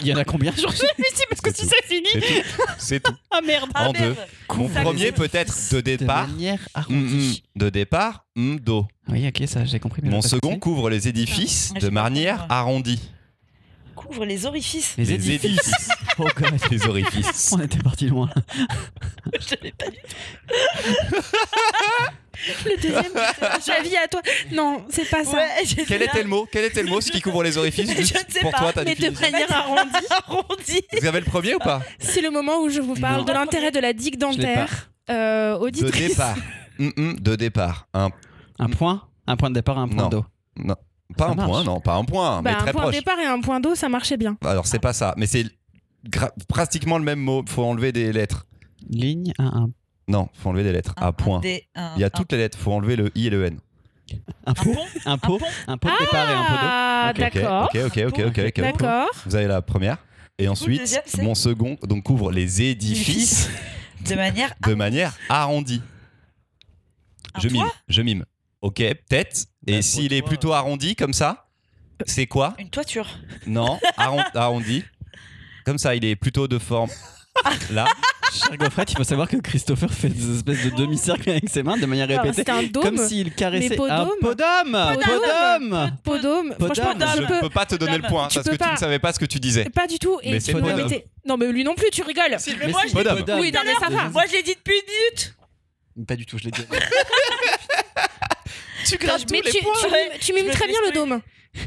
Il y en a combien sur ce parce que si c'est fini. C'est tout. C'est tout. Ah merde. Ah, en merde. Mon Ça, premier c'est- peut être de départ. De manière hum, hum, arrondie. de départ, hum, d'eau. Oui, ok, ça j'ai compris. mais Mon j'ai pas second compris. couvre les édifices Ah, de j'ai pas manière compris. arrondie. Couvre les orifices. Les édifices. Oh god. les orifices. On était parti loin. Je l'avais pas dit. Le deuxième, j'avais à toi. Non, c'est pas ça. Ouais, j'ai Quel dit là. était le mot Quel était le mot ce qui couvre les orifices Je Juste ne sais pour pas, toi, t'as mais de Euh, défini. manière arrondie. arrondi. Vous avez le premier ou pas C'est le moment où je vous parle Non. de l'intérêt de la digue dentaire. Euh, De auditrice. départ. Hum, hum, de départ. Un, Un point, un point de départ, un point Mm. Non. d'eau. pas Ça un marche. point, non, pas un point, Bah, mais un très point proche. de départ et un point d'eau, ça marchait bien. Alors c'est pas ça, mais c'est gra- pratiquement le même mot. Faut enlever des lettres. Ligne, un, Non, faut enlever des lettres. À point. Il y a toutes les lettres. Faut enlever le i et le n. un, un Un pot, pont. un Un pot, pont. un pot de départ et un pot d'eau. Ah, Ok, ok, d'accord. Ok, ok, ok, ok, ok. D'accord. Vous avez la première. Et ensuite, deuxième, c'est mon second donc couvre les édifices De manière. de manière arrondie. Un Je mime, toit je mime. Ok, peut-être. Bah, Et pour s'il toi, est plutôt arrondi comme ça, c'est quoi Une toiture. Non, arron- arrondi. Comme ça, il est plutôt de forme. Là, Cher Gaufrette, il faut savoir que Christopher fait des espèces de demi-cercles avec ses mains de manière Alors, répétée. Ah, C'était un dôme. Comme s'il caressait mais un podome. podome Podome Podome. Podome. Franchement, Podome. je Je peux. ne peux pas te donner le point Tu parce peux que tu pas. ne savais pas ce que tu disais. Pas du tout. Mais Et c'est tu me podome. mettais. Non, mais lui non plus, tu rigoles. Si, Mais moi, c'est je l'ai- podome. Oui, non, mais ça va. moi, je l'ai dit depuis une minute. Pas du tout, je l'ai dit. Tu grattes Mais tu, tu, mimes- tu mimes Je me très bien le laisse dôme.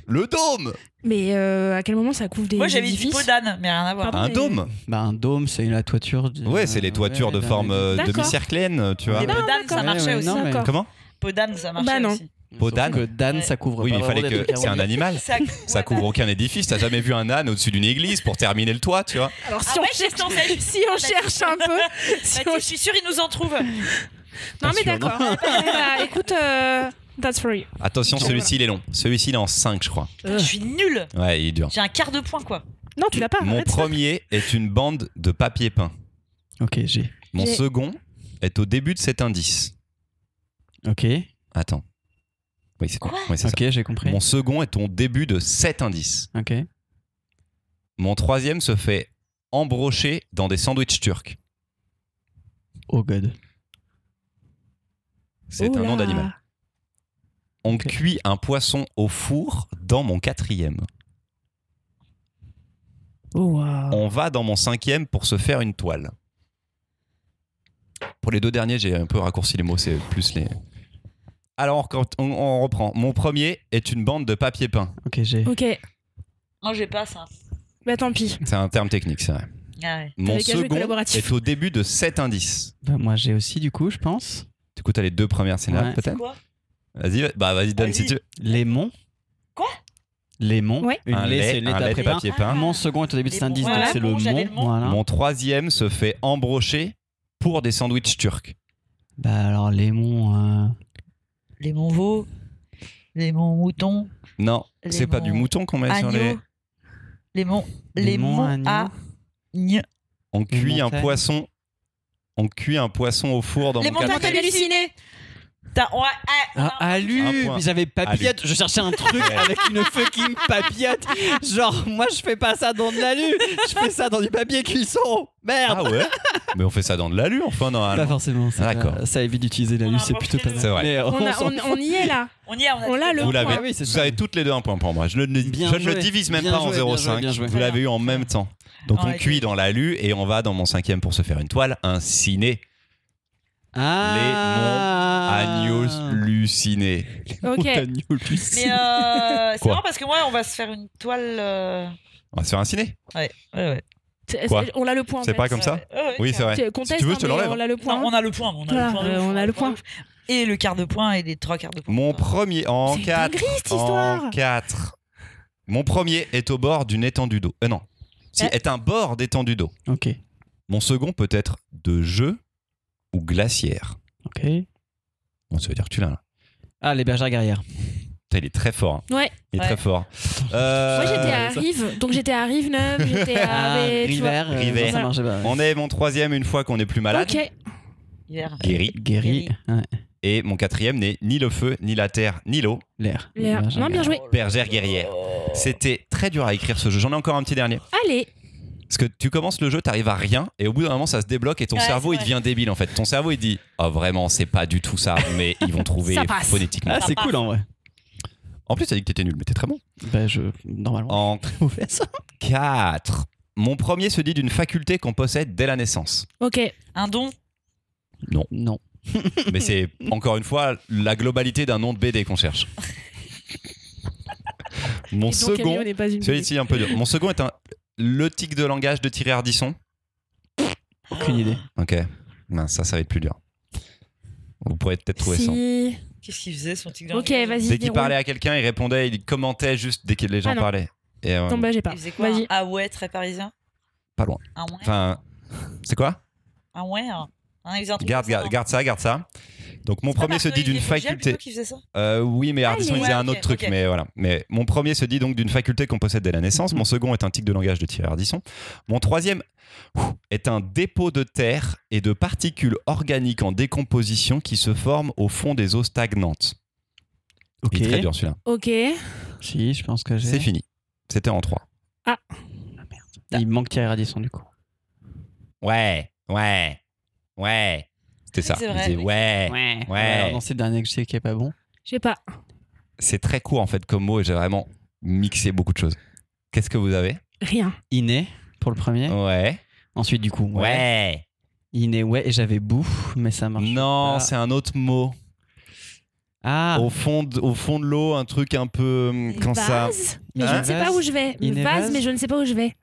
Le dôme Mais euh, à quel moment ça couvre des. Moi, j'avais dit édifices podane, mais rien à voir. Pardon. Un mais- dôme Bah, un dôme, c'est la toiture. de- Ouais, c'est les toitures de ouais, forme euh, D'accord. demi-cerclène, tu vois. Mais Ah, podane, ça d'accord. Ouais, marchait ouais, aussi. non, mais- D'accord. Comment Podane, ça marchait Bah non. aussi. Sauf Podane. que Dan, Ouais. ça couvre Oui, pas mais il fallait vraiment des que. deux C'est un animal. Ça, Ça couvre aucun édifice. T'as jamais vu un âne au-dessus d'une église pour terminer le toit, tu vois. Alors, si, Ah ouais, on j'ai cherche, tenté. si on cherche un peu. si Mathilde, on- Euh. je suis sûre, il nous en trouve. Non, Pas mais sûr, non. d'accord. Eh bah, écoute, euh, that's for you. Attention, celui-ci, il est long. Celui-ci, il est en 5, je crois. Putain, Je suis nulle. Ouais, il est dur. J'ai un quart de point, quoi. Non, tu l'as pas. Mon Ah, arrête ça. premier est une bande de papier peint. Ok, j'ai. Mon J'ai- second est au début de cet indice. Ok, Attends. Oui, c'est quoi Quoi Oui, c'est ok, j'ai compris. ça. Mon second est au début de cet indice. Ok. Mon troisième se fait embrocher dans des sandwichs turcs. Oh god. C'est Oh un là. nom d'animal. On Ok. cuit un poisson au four dans mon quatrième. Oh, Ah. On va dans mon cinquième pour se faire une toile. Pour les deux derniers, j'ai un peu raccourci les mots, c'est plus les. Alors, quand on, on reprend. Mon premier est une bande de papier peint. Ok, Oh. j'ai. Ok, Moi, j'ai pas ça. bah tant pis. C'est un terme technique, c'est vrai. Ah ouais. Mon qu'à jouer second collaboratif. est au début de sept indices. Bah, moi, j'ai aussi, du coup, je pense. Du coup, t'as les deux premières scénarios, Ouais. peut-être Quoi Vas-y, bah vas-y, donne si Vas-y. tu veux. Les monts. Quoi Les monts. Ouais. Une un lait, c'est lait, une lait un lait d'après de pain. papier peint. Mon second est au début de cet Les indice, monts. donc Voilà, c'est le bon, j'avais le mont. mont. Ah. Voilà. Mon troisième se fait embrocher pour des sandwichs turcs. Bah, alors, les monts. euh, Les monts veaux, les monts moutons, Non, Les c'est pas monts du mouton qu'on met sur les. agneaux, les monts, Les les monts monts agneaux. à les On Les cuit un montagnes. poisson. On cuit un poisson au four dans mon montagnes quatrième. hallucinées. T'as- ouais, ah, Ah, alu Un point. Mais J'avais papillote, je cherchais un truc Ouais. avec une fucking papillote. Genre, moi je fais pas ça dans de l'alu, je fais ça dans du papier cuisson. Merde Ah ouais Mais on fait ça dans de l'alu, enfin, Pas normalement. forcément, ça, D'accord. ça évite d'utiliser On l'alu, a c'est plutôt pas mal. C'est vrai. Mais, euh, On, a- s'en on- on y est là. on y est, on a, On l'a, le Vous l'avez. point. oui, c'est vous ça. avez toutes les deux un point pour moi. Je, ne- Bien je ne le joué. divise même Bien pas joué, en bien 0,5. joué, bien joué. Vous l'avez eu en même temps. Donc Ah, on ok. cuit dans l'alu et on va dans mon cinquième pour se faire une toile, un ciné. Ah. Agneau luciné. Ok. Agneau luciné. Mais euh, c'est Quoi marrant parce que moi, on va se faire une toile. euh, On va se faire un ciné Ouais, ouais. C'est- Quoi On a le point. en C'est fait. pas comme ça Ouais, ouais, Oui, c'est vrai. Tu- conteste, Si tu veux, hein, je te mais l'enlève. On a le Non, point. on a le point. On a Voilà, le point. de euh, ouf, on a le point. de ouf. Et le quart de point et les trois quarts de point. euh, Mon premier en C'est 4. dinguerie, cette En histoire. 4. Mon premier est au bord d'une étendue d'eau. Euh, non. Si, Euh. est un bord d'étendue d'eau. Ok, Mon second peut être de jeu ou glaciaire. ok. Bon, ça veut dire que tu l'as là. Ah, les bergères guerrières. Putain, il est très fort. hein. Ouais. Il est Ouais. très fort. Moi j'étais Euh, à Rive, donc j'étais à Rive Neuve, j'étais Ah, à. mais tu vois. River, euh, River. non, ça marchait pas. ouais. On est mon troisième une fois qu'on est plus malade. Ok, Hier. Guéri. Guéri, ouais. Et mon quatrième n'est ni le feu, ni la terre, ni l'eau. l'air. Les Léa. bergères Non, bien guerrières. joué. Bergère guerrière. C'était très dur à écrire ce jeu. J'en ai encore un petit dernier. Allez. Parce que tu commences le jeu, t'arrives à rien, et au bout d'un moment, ça se débloque et ton Ouais, cerveau, c'est il vrai. devient débile en fait. Ton cerveau, il dit Ah, vraiment, c'est pas du tout ça, mais ils vont trouver Ça passe. phonétiquement. Ah, c'est cool en vrai. En plus, t'as dit que t'étais nul, mais t'es très bon. Bah, je. Normalement. En Mauvais ça. 4. Mon premier se dit d'une faculté qu'on possède dès la naissance. Ok. Un don. Non. Mais c'est encore une fois la globalité d'un nom de BD qu'on cherche. Mon Et donc, Camille, second. on n'est pas une Celui-ci est un peu dur. Mon second est un. Le tic de langage de Thierry Ardisson. Aucune idée. Ok. Mince, ça, ça va être plus dur. Vous pourrez peut-être trouver ça. Si. Qu'est-ce qu'il faisait son tigre Ok, d'Angleterre vas-y. Dès qu'il déroule. parlait à quelqu'un, il répondait, il commentait juste dès que les gens Ah non. parlaient. Et euh, Non, bah j'ai pas. Il faisait quoi Vas-y. un Ah ouais, très parisien. Pas loin. Un ouais. Enfin, c'est quoi un ouais. Un, un, il faisait un truc garde, comme ça, garde, non garde ça, garde ça. Donc mon C'est pas premier se dit Marc-Olivier d'une Fogiel faculté. plutôt qui faisait ça Euh, oui, mais Ardisson il Allez. disait Ouais, un autre ok, truc, ok. mais voilà. Mais mon premier se dit donc d'une faculté qu'on possède dès la naissance. Mon second est un tic de langage de Thierry Ardisson. Mon troisième ouf, est un dépôt de terre et de particules organiques en décomposition qui se forment au fond des eaux stagnantes. Ok. Il est très dur celui-là. Ok. Si, je pense que j'ai. C'est fini. C'était en 3. Il manque Thierry Radisson du coup. Ouais. Ouais. Ouais. C'était ça. Ah, C'est Il vrai. disait, ouais. Ouais. Ouais. Alors, non, c'est le dernier que je sais qui est pas bon. Je sais pas. C'est très court en fait comme mot et j'ai vraiment mixé beaucoup de choses. Qu'est-ce que vous avez Rien. Iné pour le premier. Ouais. Ensuite, du coup, Ouais. Iné, ouais, et j'avais bout, mais ça marche. Non, pas. c'est un autre mot. Ah, Au, fond de, au fond de l'eau, un truc un peu. hum, Quand ça. Vase Mais je Hein ne sais pas où je vais. Une Vase, vase mais je ne sais pas où je vais.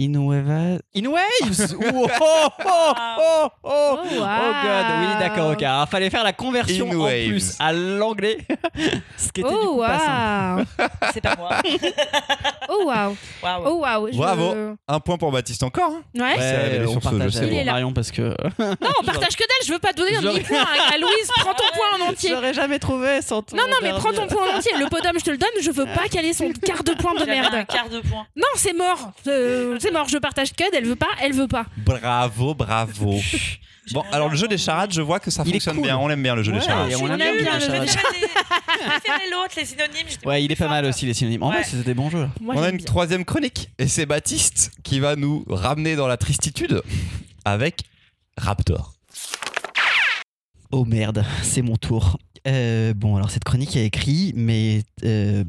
Inoueva... Inwaves oh, oh, oh, oh, oh. Oh, Oh wow. god, oui d'accord, ok. Alors fallait faire la conversion en Inwaves. plus à l'anglais, ce qui était du Oh coup pas simple. waouh C'est pas moi. Oh waouh Waouh. Oh waouh Je- Bravo. Un point pour Baptiste encore. hein Ouais. Ouais, s'est révélé Euh, on sur ce, je partage sais. avec Il est là. Marion parce que euh, Non, on partage que dalle, je veux pas te donner un J'aurais- demi-point à, à Louise, prends ton point en entier. j'aurais jamais trouvé sans toi. Non, non, mais prends ton point en entier. Le podum, je te le donne, je veux pas qu'elle ait son quart de point de J'avais un merde. quart de point. Non, c'est mort. Euh, c'est mort, je partage que elle veut pas, elle veut pas. Bravo, bravo. bon, alors le jeu des charades, je vois que ça Il est fonctionne cool. bien. On l'aime bien le jeu Ouais. des charades. Et on Je l'aime suis nulle, hein, bien, je Charles. préférais les- je préférais l'autre, les synonymes. j'étais Ouais, il est pas mal forte. aussi les synonymes. En Ouais. vrai, c'était des bons jeux. Moi, On a j'aime une bien. troisième chronique et c'est Baptiste qui va nous ramener dans la tristitude avec Raptor. Oh merde, c'est mon tour. Euh, bon, alors cette chronique est écrite, mais. euh,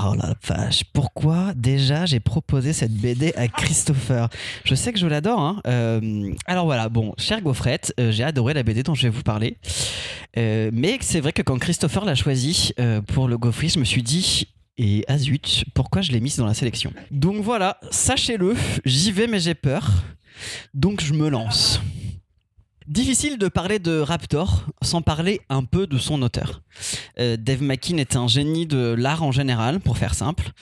Oh la vache, pourquoi déjà j'ai proposé cette BD à Christopher Je sais que je l'adore. hein. Euh, alors voilà, bon, chère Gaufrette, euh, j'ai adoré la BD dont je vais vous parler. Euh, mais c'est vrai que quand Christopher l'a choisie euh, pour le Gaufry, je me suis dit. Et ah zut, pourquoi je l'ai mise dans la sélection Donc voilà, sachez-le, j'y vais mais j'ai peur. Donc je me lance. Difficile de parler de Raptor sans parler un peu de son auteur. Euh, Dave McKean est un génie de l'art en général, pour faire simple.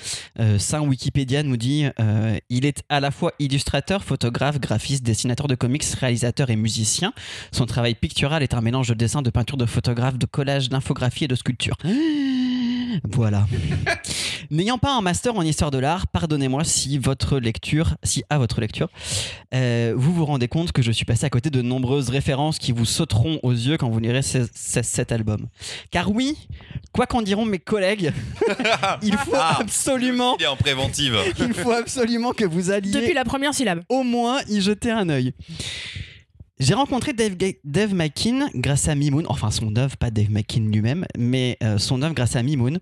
Euh, ça, Wikipédia nous dit euh, il est à la fois illustrateur, photographe, graphiste, dessinateur de comics, réalisateur et musicien. Son travail pictural est un mélange de dessin, de peinture, de photographe, de collage, d'infographie et de sculpture. Voilà. N'ayant pas un master en histoire de l'art, pardonnez-moi si votre lecture, si à votre lecture, euh, vous vous rendez compte que je suis passé à côté de nombreuses références qui vous sauteront aux yeux quand vous lirez ce- ce- cet album. Car oui, quoi qu'en diront mes collègues, il faut Ah. absolument, Il est en préventive. il faut absolument que vous alliez Depuis la première syllabe. au moins y jeter un œil. J'ai rencontré Dave, Ga- Dave McKean grâce à Mimoun, enfin son œuvre, pas Dave McKean lui-même, mais euh, son œuvre grâce à Mimoun,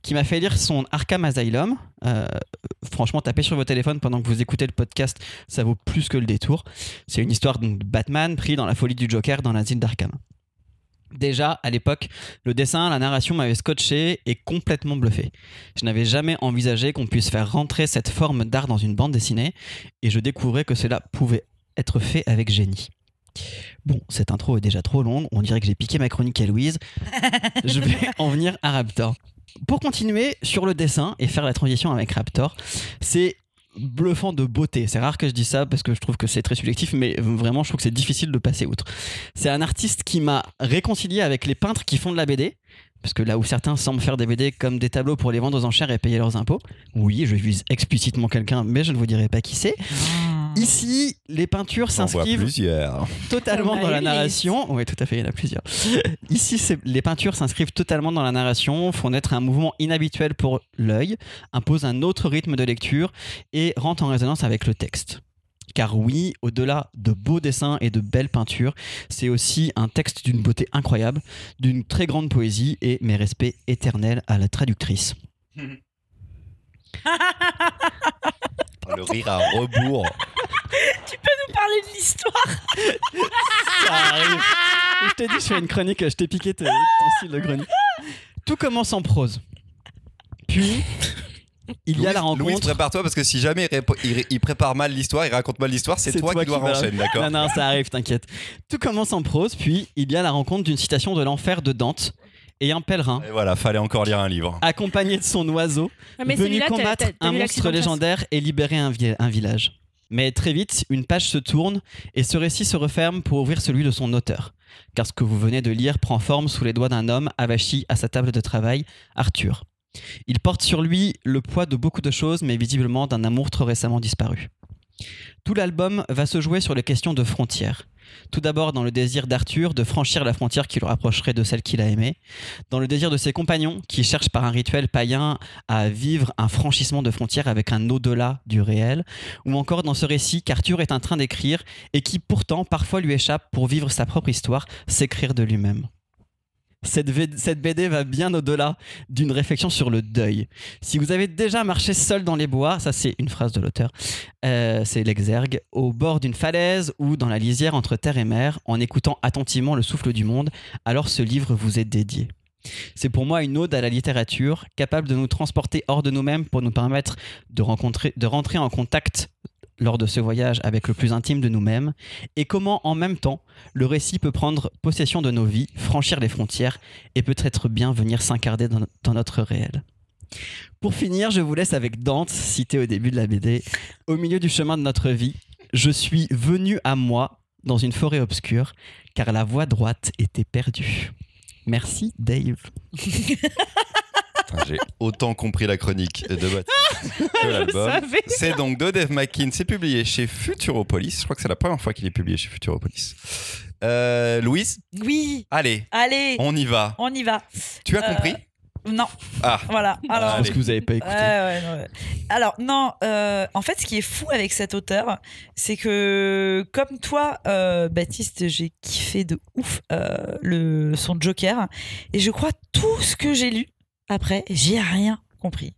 qui m'a fait lire son Arkham Asylum. Euh, franchement, tapez sur vos téléphones pendant que vous écoutez le podcast, ça vaut plus que le détour. C'est une histoire donc, de Batman pris dans la folie du Joker dans l'asile d'Arkham. Déjà, à l'époque, le dessin, la narration m'avaient scotché et complètement bluffé. Je n'avais jamais envisagé qu'on puisse faire rentrer cette forme d'art dans une bande dessinée, et je découvrais que cela pouvait être fait avec génie. Bon, cette intro est déjà trop longue, on dirait que j'ai piqué ma chronique à Louise. je vais en venir à Raptor. Pour continuer sur le dessin et faire la transition avec Raptor, c'est bluffant de beauté. C'est rare que je dise ça parce que je trouve que c'est très subjectif, mais vraiment je trouve que c'est difficile de passer outre. C'est un artiste qui m'a réconcilié avec les peintres qui font de la BD, parce que là où certains semblent faire des BD comme des tableaux pour les vendre aux enchères et payer leurs impôts, oui, je vise explicitement quelqu'un, mais je ne vous dirai pas qui c'est. Hmm. Ici, les peintures J'en vois s'inscrivent plusieurs. totalement On a dans la une narration. Oui, tout à fait, il y en a plusieurs. Ici, c'est- les peintures s'inscrivent totalement dans la narration, font naître un mouvement inhabituel pour l'œil, imposent un autre rythme de lecture et rentrent en résonance avec le texte. Car oui, au-delà de beaux dessins et de belles peintures, c'est aussi un texte d'une beauté incroyable, d'une très grande poésie et mes respects éternels à la traductrice. Le rire à rebours. On parlait de l'histoire. Ça arrive. Ah, Je t'ai dit, je fais une chronique, je t'ai piqué te- ton style de chronique. Tout commence en prose. Puis, il y a la rencontre. Louis, prépare-toi parce que si jamais il, répo- il ré- il prépare mal l'histoire, il raconte mal l'histoire, c'est toi, qui dois vas- enchaîner, d'accord Non, non, ça arrive, t'inquiète. Tout commence en prose, puis il y a la rencontre d'une citation de l'enfer de Dante et un pèlerin, Et voilà, fallait encore lire un livre. accompagné de son oiseau, Ah, venu celui-là, t'as- combattre t'as- t'as un vu l'accident monstre de chasse. légendaire et libérer un, vi- un village. Mais très vite, une page se tourne et ce récit se referme pour ouvrir celui de son auteur. Car ce que vous venez de lire prend forme sous les doigts d'un homme avachi à sa table de travail, Arthur. Il porte sur lui le poids de beaucoup de choses, mais visiblement d'un amour trop récemment disparu. Tout l'album va se jouer sur les questions de frontières. Tout d'abord dans le désir d'Arthur de franchir la frontière qui le rapprocherait de celle qu'il a aimée, dans le désir de ses compagnons qui cherchent par un rituel païen à vivre un franchissement de frontières avec un au-delà du réel, ou encore dans ce récit qu'Arthur est en train d'écrire et qui pourtant parfois lui échappe pour vivre sa propre histoire, s'écrire de lui-même. Cette, V- cette BD va bien au-delà d'une réflexion sur le deuil. Si vous avez déjà marché seul dans les bois, ça c'est une phrase de l'auteur, euh, c'est l'exergue, au bord d'une falaise ou dans la lisière entre terre et mer, en écoutant attentivement le souffle du monde, alors ce livre vous est dédié. C'est pour moi une ode à la littérature, capable de nous transporter hors de nous-mêmes pour nous permettre de, rencontrer, de rentrer en contact lors de ce voyage avec le plus intime de nous-mêmes, et comment en même temps le récit peut prendre possession de nos vies, franchir les frontières et peut-être bien venir s'incarner dans, dans notre réel. Pour finir, je vous laisse avec Dante, cité au début de la BD. Au milieu du chemin de notre vie, je suis venu à moi dans une forêt obscure, car la voie droite était perdue. Merci Dave. Putain, J'ai autant compris la chronique de Baptiste que l'album. savais. C'est donc de Dave McKean. C'est publié chez Futuropolis. Je crois que c'est la première fois qu'il est publié chez Futuropolis. Euh, Louise, Oui, allez, allez, on, on y va. y va. Tu as Euh, compris Non, Ah, voilà. Alors, Allez. vous n'avez pas Ouais, ouais, non, ouais. Alors non, euh, en fait, ce qui est fou avec cet auteur, c'est que comme toi, euh, Baptiste, j'ai kiffé de ouf euh, le son Joker, et je crois tout ce que j'ai lu après, j'ai rien compris.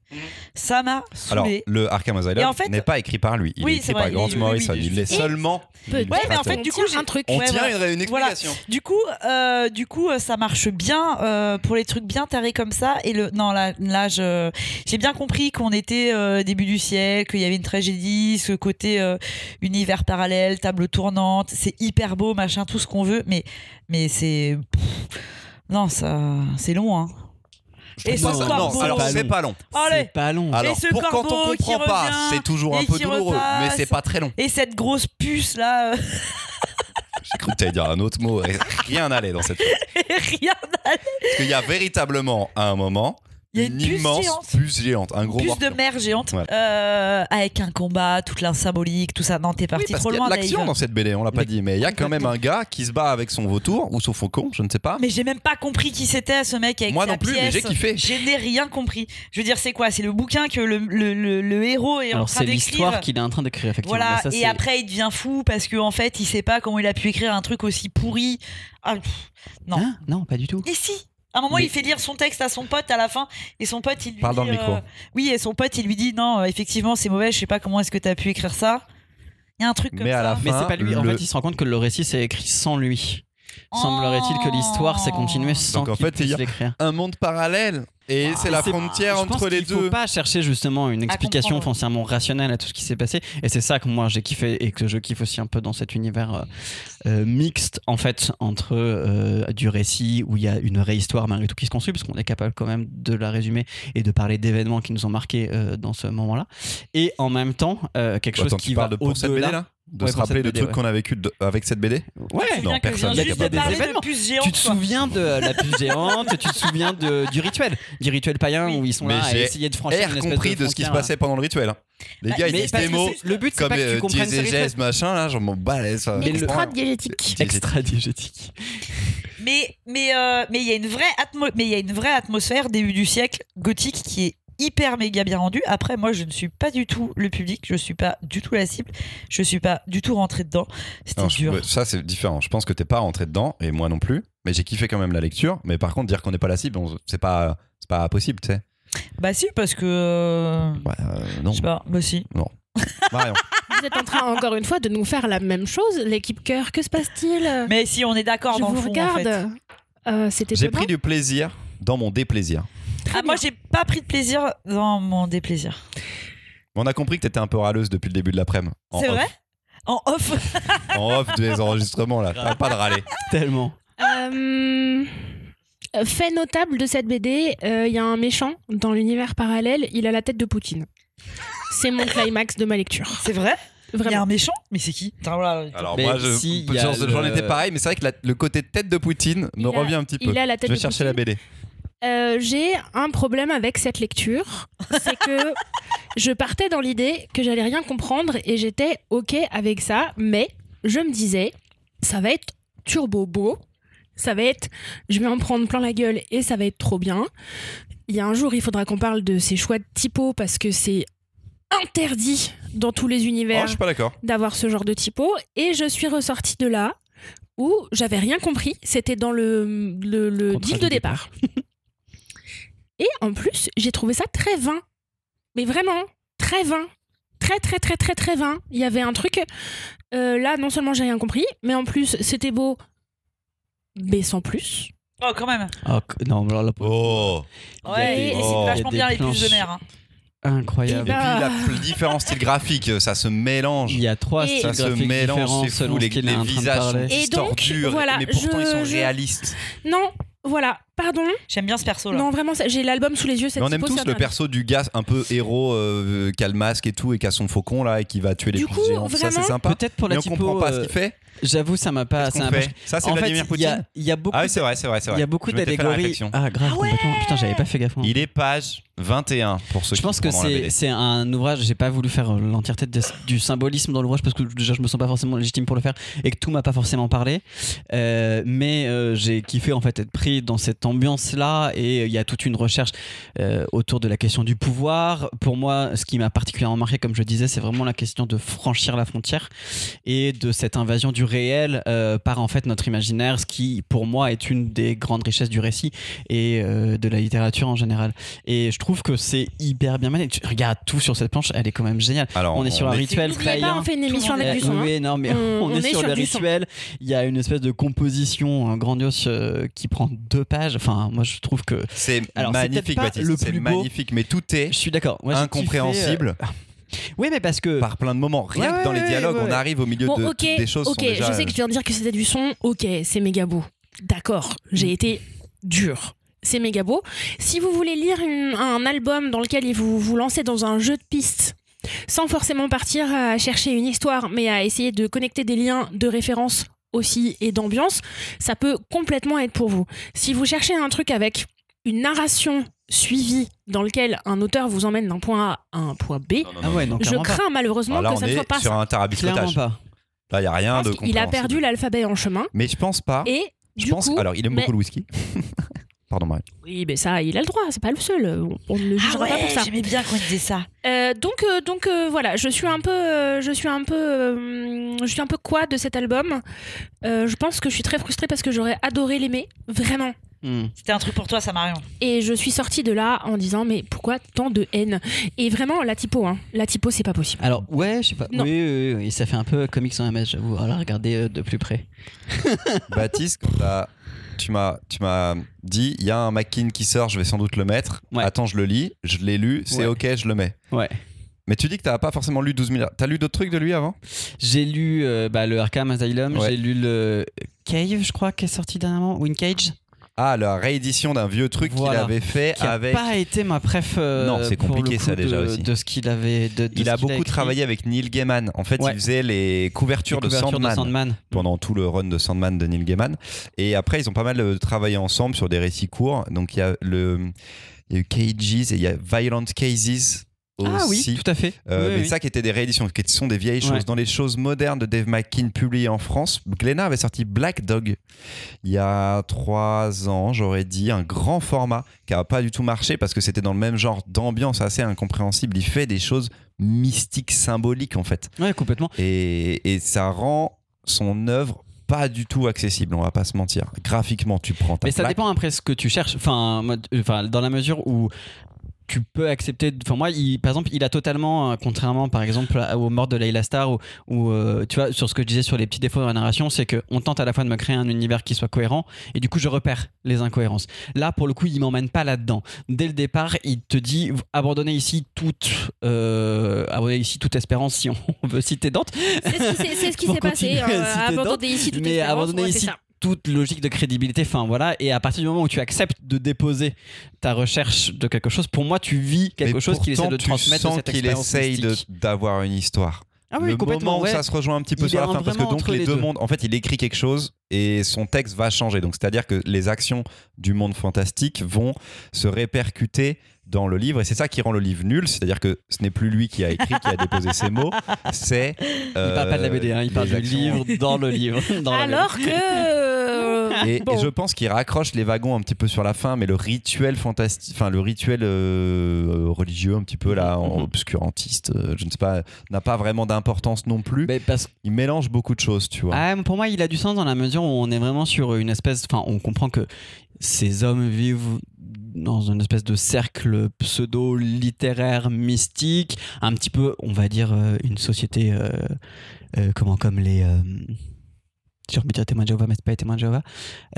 Ça m'a alors saoulé. le Arkham Et Asylum en fait- n'est pas écrit par lui. Il Oui, est c'est écrit vrai, par il Grant est- oui, Morrison. oui, Il est juste- seulement. Peut-être Ouais, mais en fait, on du coup, tient j'ai- un truc. On Ouais, tient voilà. une- une Voilà. explication. Du coup, euh, du coup, euh, ça marche bien euh, pour les trucs bien tarés comme ça. Et le non là, là, je j'ai bien compris qu'on était euh, début du siècle, qu'il y avait une tragédie, ce côté euh, univers parallèle, table tournante, c'est hyper beau, machin, tout ce qu'on veut. Mais mais c'est pff, non ça, c'est long. Hein. Et trouve ce ça- corbeau, non, alors c'est pas long. allez. Ah, C'est pas long. Alors ce pour quand corbeau on qui comprend pas, revient c'est toujours un et peu qui douloureux, mais repasse. c'est pas très long. Et cette grosse puce là, euh, J'ai cru que t'allais dire un autre mot et rien n'allait dans cette. Parce rien. à- qu'il y a véritablement à un moment Il y a une, puce immense géante. puce géante, un gros Plus morceau. de mer géante Voilà. euh, avec un combat, toute la symbolique, tout ça. Non, t'es Oui, parti parce trop qu'il y a loin, de l'action Dave. dans cette BD, on l'a pas Mais- dit, mais il y a quand même un gars qui se bat avec son vautour ou son faucon, je ne sais pas. Ah. Mais j'ai même pas compris qui c'était ce mec avec Moi sa non plus, mais pièce. j'ai kiffé. Je n'ai rien compris. Je veux dire, c'est quoi C'est le bouquin que le, le- le- le héros est en Alors train c'est d'écrire. l'histoire qu'il est en train d'écrire effectivement. Voilà, Mais ça, et c'est- après il devient fou parce qu'en en fait il sait pas comment il a pu écrire un truc aussi pourri. Ah, pff. non. Hein non, pas du tout. Et si à un moment, Mais- il fait lire son texte à son pote à la fin, et son pote, il lui Parle dit. euh, dans le micro. oui, et son pote, il lui dit Non, euh, effectivement, c'est mauvais, je sais pas comment est-ce que t'as pu écrire ça. Il y a un truc comme Mais à ça. la fin, Mais c'est pas lui. En le- fait, il se rend compte que le récit s'est écrit sans lui. Semblerait-il Oh. que l'histoire s'est continuée sans Donc, en qu'il fait, il y puisse a- l'écrire. un monde parallèle et Ah, c'est la c'est- frontière Je pense entre les qu'il faut deux. pas chercher justement une explication comprendre. foncièrement rationnelle à tout ce qui s'est passé. Et c'est ça que moi j'ai kiffé et que je kiffe aussi un peu dans cet univers euh, euh, mixte en fait entre euh, du récit où il y a une vraie histoire malgré tout qui se construit, parce qu'on est capable quand même de la résumer et de parler d'événements qui nous ont marqués euh, dans ce moment-là. Et en même temps, euh, quelque Bah, Attends, chose tu qui va parles de pour cette BD au-delà. là De Ouais, se pour cette rappeler de BD, trucs ouais. qu'on a vécu de- avec cette BD Ouais. Je me souviens non, que je personne viens n'est juste capable. de parler Il y a des de puce géante, Tu te quoi. souviens de la puce géante, tu te souviens de, du rituel, du rituel païen où ils sont Mais là à j'ai essayer de franchir Air une espèce compris de ce qui se frontière. Ah, passait pendant le rituel. hein. Les Bah, gars, ils Mais disent parce des que mots c'est- le but c'est comme pas que euh, tu comprennes ce rituel. diégèse, machin, là, je m'en balèze. ça, je comprends Extra rien. diégétique. Extra diégétique. Mais mais euh, mais il y a une vraie atmo- mais il y a une vraie atmosphère début du siècle gothique qui est hyper méga bien rendue. Après moi je ne suis pas du tout le public, je suis pas du tout la cible, je suis pas du tout rentrée dedans. C'était Non, je- dur. ouais, ça, c'est différent. Je pense que t'es pas rentré dedans, et moi non plus. Mais j'ai kiffé quand même la lecture. Mais par contre, dire qu'on n'est pas la cible, on- c'est pas, c'est pas possible, tu sais. Bah si parce que euh, Ouais, euh, non. je sais pas, bah si. Marion. Vous êtes en train, encore une fois, de nous faire la même chose, l'équipe cœur. Que se passe-t-il Mais si on est d'accord Je dans le vous fond en regarde. fait. Euh, C'était J'ai étonnant. pris du plaisir dans mon déplaisir. Très Ah, moi bien. j'ai pas pris de plaisir dans mon déplaisir. On a compris que t'étais un peu râleuse depuis le début de l'après-midi. En C'est off- vrai En off. En off des enregistrements, là. T'as pas de râler. Tellement. Euh, Fait notable de cette BD, euh, il y a un méchant dans l'univers parallèle, il a la tête de Poutine. C'est mon climax de ma lecture. C'est vrai Il y a Vraiment. un méchant Mais c'est qui Attends, voilà. Alors Mais moi, je- si, peu de y a chance, le- j'en étais pareil, mais c'est vrai que la- le côté tête de Poutine me Il a- revient un petit peu. Il a la tête Je vais de chercher la Poutine. BD. Euh, J'ai un problème avec cette lecture, c'est que je partais dans l'idée que j'allais rien comprendre et j'étais ok avec ça, mais je me disais, ça va être turbo beau. Ça va être, je vais en prendre plein la gueule et ça va être trop bien. Il y a un jour, il faudra qu'on parle de ces choix de typo parce que c'est interdit dans tous les Oh, univers je suis pas d'accord. d'avoir ce genre de typo. Et je suis ressortie de là où j'avais rien compris. C'était dans le, le, le Contrat deal de de départ. Et en plus, j'ai trouvé ça très vain. Mais vraiment, très vain. Très, très, très, très, très vain. Il y avait un truc. euh, là, non seulement j'ai rien compris, mais en plus, c'était beau, mais sans plus. Oh, quand même. Ah, que- non, alors là, pour- Ah. Oh. Il y a Ouais, des- et c'est oh. vachement il y bien a des les puces de planches. mer. hein. Et incroyable. puis Ah. la pl- différents styles graphiques, ça se mélange. Il y a trois Et- styles Ah, Ça se graphiques différents mélange, c'est selon fou, les, ce qu'il les est en train de visages sont parler. Et donc, tordus, voilà, mais pourtant je- ils sont je- réalistes. Non, voilà, pardon. J'aime bien ce perso là. Non, vraiment, ça- j'ai l'album sous les yeux. Cette Mais on aime typo, tous c'est le infernal. perso du gars un peu héros euh, qui a le masque et tout et qui a son faucon là et qui va tuer les Du poules coup, géantes. Ça c'est vraiment, sympa. Peut-être pour la Mais on typo, comprend pas ce euh, qu'il fait. J'avoue, ça m'a pas. Qu'est-ce ça qu'on m'a pas- fait Ça c'est En fait, Vladimir il y a- Poutine. il y a beaucoup. Ah oui c'est vrai c'est vrai c'est vrai. Il y a beaucoup Je m'étais fait la d'allégories. réflexion. Ah, grave, complètement. Putain, j'avais pas fait gaffe. moi. Il est page 21 pour ceux Je qui pense que comprendront la c'est BD. c'est un ouvrage, j'ai pas voulu faire euh, l'entièreté de- du symbolisme dans l'ouvrage parce que déjà je me sens pas forcément légitime pour le faire et que tout m'a pas forcément parlé. Euh, mais euh, j'ai kiffé en fait être pris dans cette ambiance là et euh, il y a toute une recherche euh, autour de la question du pouvoir. Pour moi, ce qui m'a particulièrement marqué, comme je disais, c'est vraiment la question de franchir la frontière et de cette invasion du réel euh, par en fait notre imaginaire, ce qui pour moi est une des grandes richesses du récit et euh, de la littérature en général. Et je trouve que c'est hyper bien mené. Tu regardes tout sur cette planche, elle est quand même géniale. Alors on est sur un rituel N'oubliez pas, trahien. on fait une Tout le émission monde avec Euh, du son. hein. oui, non, mais On- on, est, sur, le du son. rituel. Il y a une espèce de composition euh, grandiose euh, qui prend deux pages. Enfin, moi, je trouve que C'est Alors, c'est peut-être magnifique pas Baptiste. le C'est plus beau. magnifique mais tout est je suis d'accord. Moi, j'ai incompréhensible kiffé, euh, Oui, mais parce que par plein de moments. Rien Ouais, que dans les ouais, dialogues, ouais, on ouais. arrive au milieu de Bon, ok, des choses ok, sont déjà. je sais que je viens de dire que c'était du son, ok, c'est méga beau. D'accord, Mm. j'ai été dur. C'est méga beau. Si vous voulez lire une- un album dans lequel vous vous lancez dans un jeu de pistes, sans forcément partir à chercher une histoire, mais à essayer de connecter des liens de référence aussi et d'ambiance, ça peut complètement être pour vous. Si vous cherchez un truc avec une narration suivie dans lequel un auteur vous emmène d'un point A à un point B, Non, non, non, ah ouais, non, je clairement pas. crains malheureusement Alors là, que ça ne soit on pas est ça. sur un Clairement tarabiscotage. pas. Là, il n'y a rien de Parce qu'il a compréhensible. perdu l'alphabet en chemin Mais je pense pas. et je du pense. coup, Alors, il aime mais- beaucoup le whisky. Pardon, Marie. oui, mais ça, il a le droit, c'est pas le seul. euh, On, on ne le Ah jugera pas ouais, pour ça. j'aimais bien quand il disait ça. Euh, donc, euh, donc euh, voilà, je suis un peu, euh, je suis un peu, euh, je suis un peu quoi de cet album. Euh, je pense que je suis très frustrée parce que j'aurais adoré l'aimer vraiment. Hmm. C'était un truc pour toi, ça, Marion. Et je suis sortie de là en disant mais pourquoi tant de haine Et vraiment la typo, hein, la typo, c'est pas possible. Alors, ouais, je sais pas. Oui, Non. oui, oui, oui, ça fait un peu comics en MS, j'avoue. Alors, regardez euh, de plus près. Baptiste, quand t'as- tu m'as, tu m'as dit, il y a un Mackin qui sort, je vais sans doute le mettre. Ouais. Attends, je le lis, je l'ai lu, c'est Ouais. ok, je le mets. Ouais. Mais tu dis que t'as pas forcément lu 12 000. T'as lu d'autres trucs de lui avant J'ai lu euh, bah, le Arkham Asylum, Ouais. j'ai lu le Cave, je crois, qui est sorti dernièrement, ou une Cage, Ah, la réédition d'un vieux truc Voilà. qu'il avait fait qui a avec. pas été ma préf. euh, Non, c'est pour le compliqué, coup, ça, déjà, de, aussi. De ce qu'il avait. De, de Il ce a qu'il beaucoup écrit. travaillé avec Neil Gaiman. En fait, Ouais. il faisait les Les couvertures, couvertures de Sandman. Mm. pendant tout le run de Sandman de Neil Gaiman. Et après, ils ont pas mal euh, travaillé ensemble sur des récits courts. Donc, il y a le. Il y a eu Cages et il y a Violent Cases aussi. Ah oui, tout à fait. Euh, Oui, mais oui. ça qui étaient des rééditions, qui sont des vieilles Ouais. choses. Dans les choses modernes de Dave McKean publiées en France, Glénat avait sorti Black Dog il y a trois ans, j'aurais dit, un grand format qui n'a pas du tout marché parce que c'était dans le même genre d'ambiance assez incompréhensible. Il fait des choses mystiques, symboliques en fait. Ouais, complètement. Et, et ça rend son œuvre pas du tout accessible, on va pas se mentir. Graphiquement, tu prends ta Mais ça plaque. dépend après ce que tu cherches. Enfin, moi, euh, enfin, dans la mesure où tu peux accepter. Enfin, moi, il- par exemple, il a totalement, euh, contrairement par exemple à- aux morts de Layla Star, ou, ou, euh, tu vois, sur ce que je disais sur les petits défauts de la narration, c'est qu'on tente à la fois de me créer un univers qui soit cohérent, et du coup, je repère les incohérences. Là, pour le coup, il m'emmène pas là-dedans. Dès le départ, il te dit abandonnez ici toute, euh, abandonnez ici toute espérance si on veut citer Dante. C'est ce qui s'est- c'est ce qui Pour s'est passé. continuer à euh, citer abandonner ici toute mais espérance, abandonner on a fait ici ça. toute logique de crédibilité. Enfin voilà, et à partir du moment où tu acceptes de déposer ta recherche de quelque chose, pour moi, tu vis quelque Mais chose qu'il essaie pourtant, de tu transmettre sens de cette qu'il expérience essaye de- mystique. d'avoir une histoire. Ah le moment où ça se rejoint un petit peu Il sur est la fin, en- parce que vraiment donc entre les, les deux deux. mondes, en fait, il écrit quelque chose et son texte va changer. Donc, c'est-à-dire que les actions du monde fantastique vont se répercuter dans le livre, et c'est ça qui rend le livre nul, c'est-à-dire que ce n'est plus lui qui a écrit, qui a déposé ces mots, c'est... euh, Il parle pas de la BD, hein, il parle les du actions. livre dans le livre. dans la Alors que. euh, Et, Ah et Bon. je pense qu'il raccroche les wagons un petit peu sur la fin, mais le rituel fantastique, enfin le rituel euh, religieux un petit peu là, Mhm. en- obscurantiste, euh, je ne sais pas, n'a pas vraiment d'importance non plus. BD. Mais parce Il mélange beaucoup de choses, tu vois. Ah, mais pour moi, il a du sens dans la mesure où on est vraiment sur une espèce. Enfin, on comprend que ces hommes vivent dans une espèce de cercle pseudo-littéraire mystique, un petit peu, on va dire, euh, une société. euh, euh, comment Comme les. euh, J'ai envie de dire témoins de Jéhovah, mais c'est pas les témoins de Jéhovah.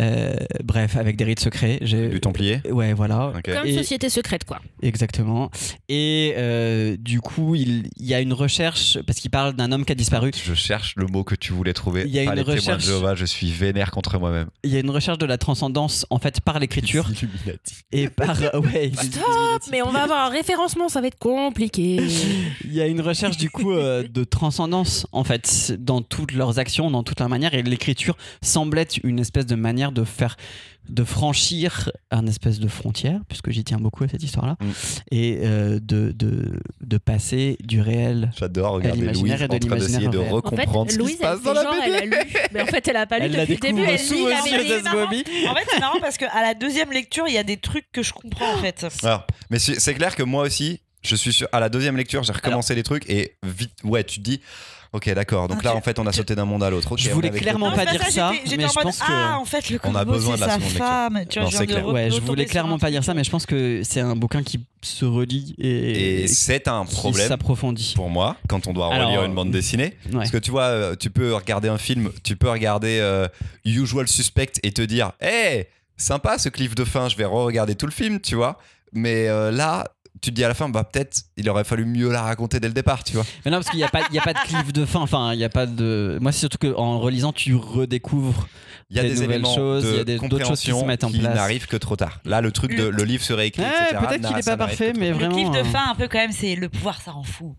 Euh, bref, avec des rites secrets. j'ai- Du Templier Ouais, voilà. Ok. Comme Et- société secrète, quoi. Exactement. Et euh, du coup, il il y a une recherche, parce qu'il parle d'un homme qui a disparu. Je cherche le mot que tu voulais trouver. Il y a Pas une les témoins de recherche- Jéhovah, je suis vénère contre moi-même. Il y a une recherche de la transcendance, en fait, par l'écriture. Les Illuminati. et par ouais, il- Stop Mais on va avoir un référencement, ça va être compliqué. il y a une recherche du coup euh, de transcendance en fait dans toutes leurs actions, dans toute leur manière et l'écriture semble être une espèce de manière de faire de franchir un espèce de frontière puisque j'y tiens beaucoup à cette histoire là Mm. et euh, de, de de passer du réel J'adore regarder l'imaginaire Louise et en de train d'essayer l'imaginaire de réel. En En fait, recomprendre ce qui Louise, se elle, passe fait dans la genre, elle BD. a lu. Mais en fait, elle a pas lu elle la depuis le découvre début. Elle sous lit la Monsieur BD. Zasbobi. En fait, c'est marrant parce qu'à la deuxième lecture, il y a des trucs que je comprends en fait. Alors, mais c'est c'est clair que moi aussi, je suis sûr. À la deuxième lecture, j'ai recommencé les trucs et vite, ouais, tu te dis, ok, d'accord. Donc Ah, là, tu- en fait, on a tu- sauté d'un monde à l'autre. Ok, Je on est voulais avec le clairement Non, pas c'est temps. dire j'étais- ça, j'étais mais en je mode, pense que- Ah, en fait, le On a Cosmo, besoin de la c'est sa seconde lecture. femme. Tu vois, Non, je c'est viens de clair. re- ouais, je retomber voulais sur clairement un pas dire ça truc. mais je pense que c'est un bouquin qui se relie et, Et c'est un qui problème s'approfondit. pour moi quand on doit relire Alors, euh, une bande dessinée. Ouais. Parce que tu vois, euh, tu peux regarder un film, tu peux regarder euh, Usual Suspect et te dire, hé, sympa ce cliff de fin, je vais re-regarder tout le film, tu vois. Mais euh, là, tu te dis à la fin, bah peut-être, il aurait fallu mieux la raconter dès le départ, tu vois. Mais non, parce qu'il n'y a, pas- il y a pas de cliff de fin. Enfin, il n'y a pas de. Moi, c'est surtout qu'en relisant, tu redécouvres. Il y a Des des, nouvelles éléments choses, il y de a des- d'autres choses qui se compréhension mettent en qui place. n'arrivent que trop tard. Là, le truc de le livre serait écrit, Ouais, etc. Eh, peut-être qu'il n'a- n'est Ah, ça pas n'arrive parfait, que mais trop Le vraiment. cliff de euh, fin, un peu quand même, c'est le pouvoir, ça rend fou.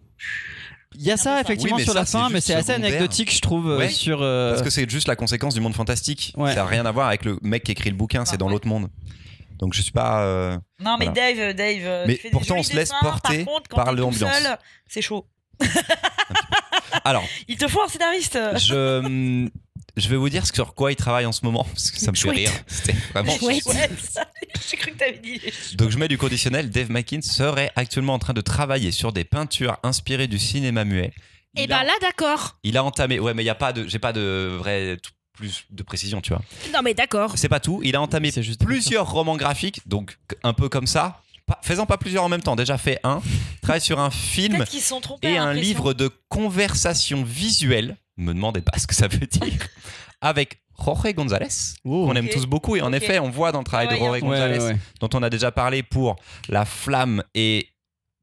Il y a ça, Oui, effectivement, mais sur ça, la c'est fin, mais juste c'est assez secondaire. anecdotique, je trouve. euh, Ouais. sur, euh, Parce que c'est juste la conséquence du monde fantastique. Ouais. Ça n'a rien à voir avec le mec qui écrit le bouquin, c'est dans l'autre monde. Donc je suis pas. euh, Non, mais Voilà. Dave, Dave. euh, Mais tu fais des pourtant, on jolis se laisse dessins, porter par, contre, quand par t'es tout l'ambiance. seul, C'est chaud. Alors, Il te faut un scénariste. je, je vais vous dire sur quoi il travaille en ce moment parce que ça me fait Chouette. rire. C'était vraiment. Chouette. Ouais, ça, J'ai cru que t'avais dit. Donc je mets du conditionnel. Dave McKean serait actuellement en train de travailler sur des peintures inspirées du cinéma muet. Et Eh Il ben bah a- là, d'accord. il a entamé. Ouais, mais il y a pas de. J'ai pas de vrai tout- plus de précision, tu vois. Non, mais d'accord. C'est pas tout. Il a entamé C'est juste plusieurs romans graphiques, donc un peu comme ça. Pas- faisant pas plusieurs en même temps, déjà fait un. Travaille sur un film Peut-être qu'ils se sont trompés. et à un l'impression. livre de conversation visuelle. Me demandez pas ce que ça veut dire. Avec Jorge González, Oh. qu'on aime Ok. tous beaucoup. Et en Ok. effet, on voit dans le travail de Ouais, Jorge Ouais, ouais, González, ouais. dont on a déjà parlé pour La Flamme et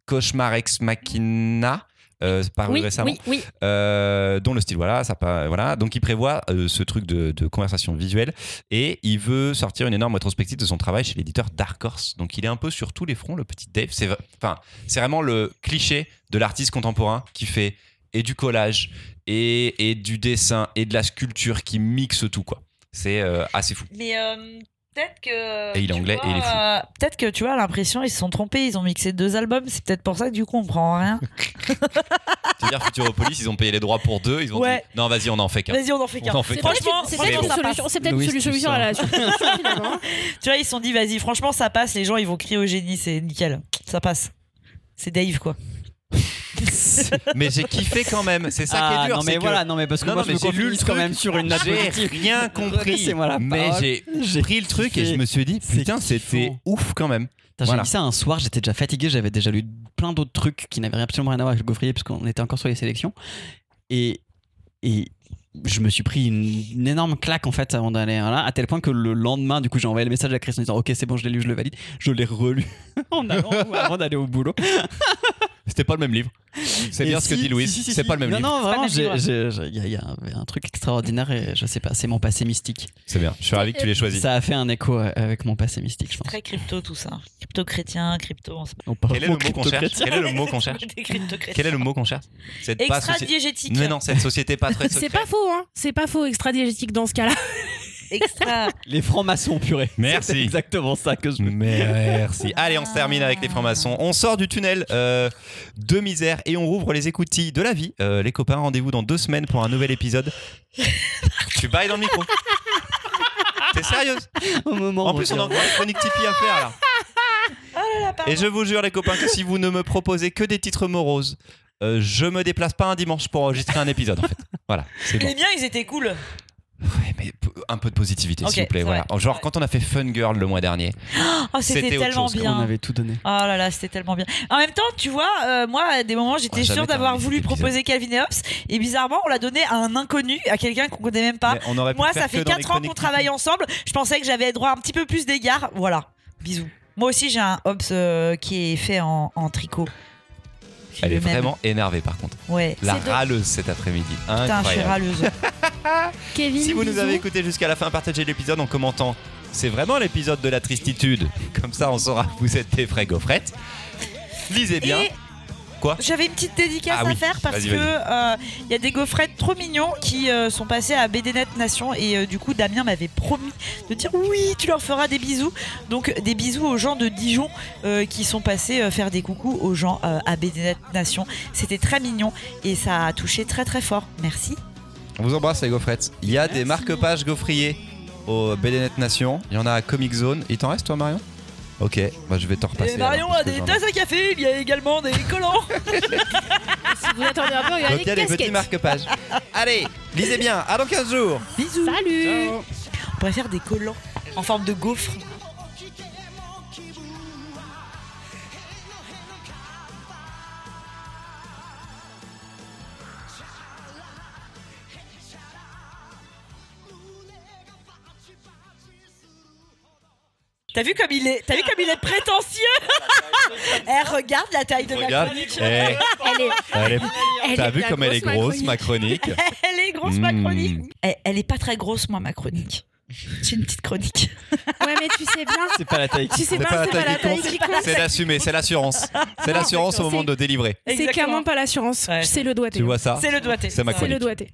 Cauchemar Ex Machina, euh, paru Oui, récemment. oui, oui. Euh, dont le style voilà ça pas voilà donc il prévoit euh, ce truc de, de conversation visuelle et il veut sortir une énorme rétrospective de son travail chez l'éditeur Dark Horse donc il est un peu sur tous les fronts le petit Dave c'est v- enfin c'est vraiment le cliché de l'artiste contemporain qui fait et du collage et, et du dessin et de la sculpture qui mixe tout quoi c'est euh, assez fou Mais euh, peut-être que. Et il est tu anglais vois, et il est fou. euh, peut-être que tu vois, l'impression, ils se sont trompés. Ils ont mixé deux albums. C'est peut-être pour ça que du coup, on prend rien. c'est-à-dire Futuropolis ils ont payé les droits pour deux ils ont Ouais. dit non vas-y on en fait qu'un Vas-y, on en fait qu'un. On en fait qu'un. Franchement, c'est peut-être peut-être une une franchement, ça passe. solution, c'est peut-être une Louis, tu solution sors. à la solution, finalement. hein. Tu vois, ils se sont dit, vas-y, franchement, ça passe. Les gens, ils vont crier au génie. C'est nickel. Ça passe. C'est Dave, quoi. mais j'ai kiffé quand même c'est ça qui Ah, est dur non, mais c'est que- voilà, non, mais parce que Non, moi, non, je mais me j'ai lu le confie quand truc. même sur une note j'ai positive. rien compris Reconnaissez-moi la mais parole. j'ai J'ai- pris le truc et kiffé. je me suis dit C'est putain c'était kiffant. ouf quand même Putain, Voilà. J'ai lu ça un soir, j'étais déjà fatigué, j'avais déjà lu plein d'autres trucs qui n'avaient absolument rien à voir avec le gaufrier, parce qu'on était encore sur les sélections. Et, et je me suis pris une, une énorme claque en fait avant d'aller là, à tel point que le lendemain, du coup, j'ai envoyé le message à Chris en disant Ok, c'est bon, je l'ai lu, je le valide. Je l'ai relu en allant- avant d'aller au boulot. c'était pas le même livre c'est Et bien ce que si, dit Louise si, si, si, c'est si. pas le même non, livre Non, vraiment, C'est pas le même il y, a- y a un- un truc extraordinaire et je sais pas, c'est mon passé mystique. c'est bien je suis ravi que tu l'aies choisi Ça a fait un écho euh, avec mon passé mystique, je pense. Très crypto, tout ça. Crypto-chrétien, crypto. on sait pas. On parle quel est le mot qu'on crypto-chrétien. cherche quel est le mot qu'on cherche Des crypto-chrétiens. quel est le mot qu'on cherche cette pas soci- Extra-diégétique. mais non cette société pas très C'est secrète pas faux, hein C'est pas faux, extra-diégétique dans ce cas-là. extra. Les francs-maçons, purée. Merci. C'est exactement ça que je. Merci. Allez, on se termine avec les francs-maçons. On sort du tunnel euh, de misère et on rouvre les écoutilles de la vie. Euh, les copains, rendez-vous dans deux semaines pour un nouvel épisode. tu bailles dans le micro. T'es sérieuse Au moment En où plus, on a dit- encore une chronique Tipeee à faire là. Oh Et je vous jure, les copains, que si vous ne me proposez que des titres moroses, euh, je me déplace pas un dimanche pour enregistrer un épisode en fait. Voilà, c'est bon. Les miens, ils étaient cool. Ouais, mais p- un peu de positivité, Ok, s'il vous plaît. c'est Voilà. vrai. Genre, quand on a fait Fun Girl le mois dernier, Oh, c'était C'était autre tellement chose, quand bien. On avait tout donné. Oh là là, c'était tellement bien. En même temps, tu vois, euh, moi, à des moments, On j'étais a jamais sûre d'avoir terminé voulu cet épisode. proposer Calvin et Hobbes, et bizarrement, on l'a donné à un inconnu, à quelqu'un qu'on connaît même pas. mais on aurait pu Moi, faire ça que fait dans les 4 ans qu'on chroniques travaille Tipeee. ensemble. Je pensais que j'avais droit à un petit peu plus d'égards. Voilà. Bisous. Moi aussi, j'ai un Hobbes euh, qui est fait en, en tricot. Je Elle le est même. vraiment énervée par contre. Ouais. La C'est de- râleuse cet après-midi. Putain, je suis Incroyable. râleuse. Kevin, Si vous nous bisous. avez écouté jusqu'à la fin, partagez l'épisode en commentant. C'est vraiment l'épisode de la tristitude. Comme ça, on saura que vous êtes des vrais gaufrettes. Lisez Eh bien. Et Quoi J'avais une petite dédicace Ah oui. à faire parce Vas-y, que euh, il y a des gaufrettes trop mignons qui euh, sont passés à BDNet Nation et euh, du coup Damien m'avait promis de dire oui tu leur feras des bisous donc des bisous aux gens de Dijon euh, qui sont passés euh, faire des coucous aux gens euh, à BDNet Nation c'était très mignon et ça a touché très très fort merci On vous embrasse les gaufrettes. Il y a des marque-pages gaufriers au BDNet Nation. Il y en a à Comic Zone. Il t'en reste toi Marion Ok, moi je vais t'en repasser. et Marion alors, parce a que des j'en ai- tasses à café il y a également des collants Si vous attendez un peu, Donc regardez il y a des petits casquette. marque-pages. Allez, lisez bien. À dans 15 jours. bisous Salut on pourrait faire des collants en forme de gaufre T'as vu comme il est, t'as vu comme il est prétentieux. Eh, regarde la taille de ma Regarde. chronique. Eh, Elle est- elle est- elle T'as est vu bien comme elle est grosse ma chronique. Elle est grosse ma Mm. chronique. Elle, elle est pas très grosse moi ma chronique. J'ai une petite chronique. Ouais, mais tu sais bien. C'est pas la taille. Tu sais C'est bien, pas c'est la pas la taille taille qui qui compte. C'est d'assumer, c'est l'assurance. C'est l'assurance au moment de délivrer. C'est Exactement. clairement pas l'assurance. Ouais. C'est le doigté. Tu vois ça C'est le doigté. Ah. C'est ma ça. C'est chronique. le doigté.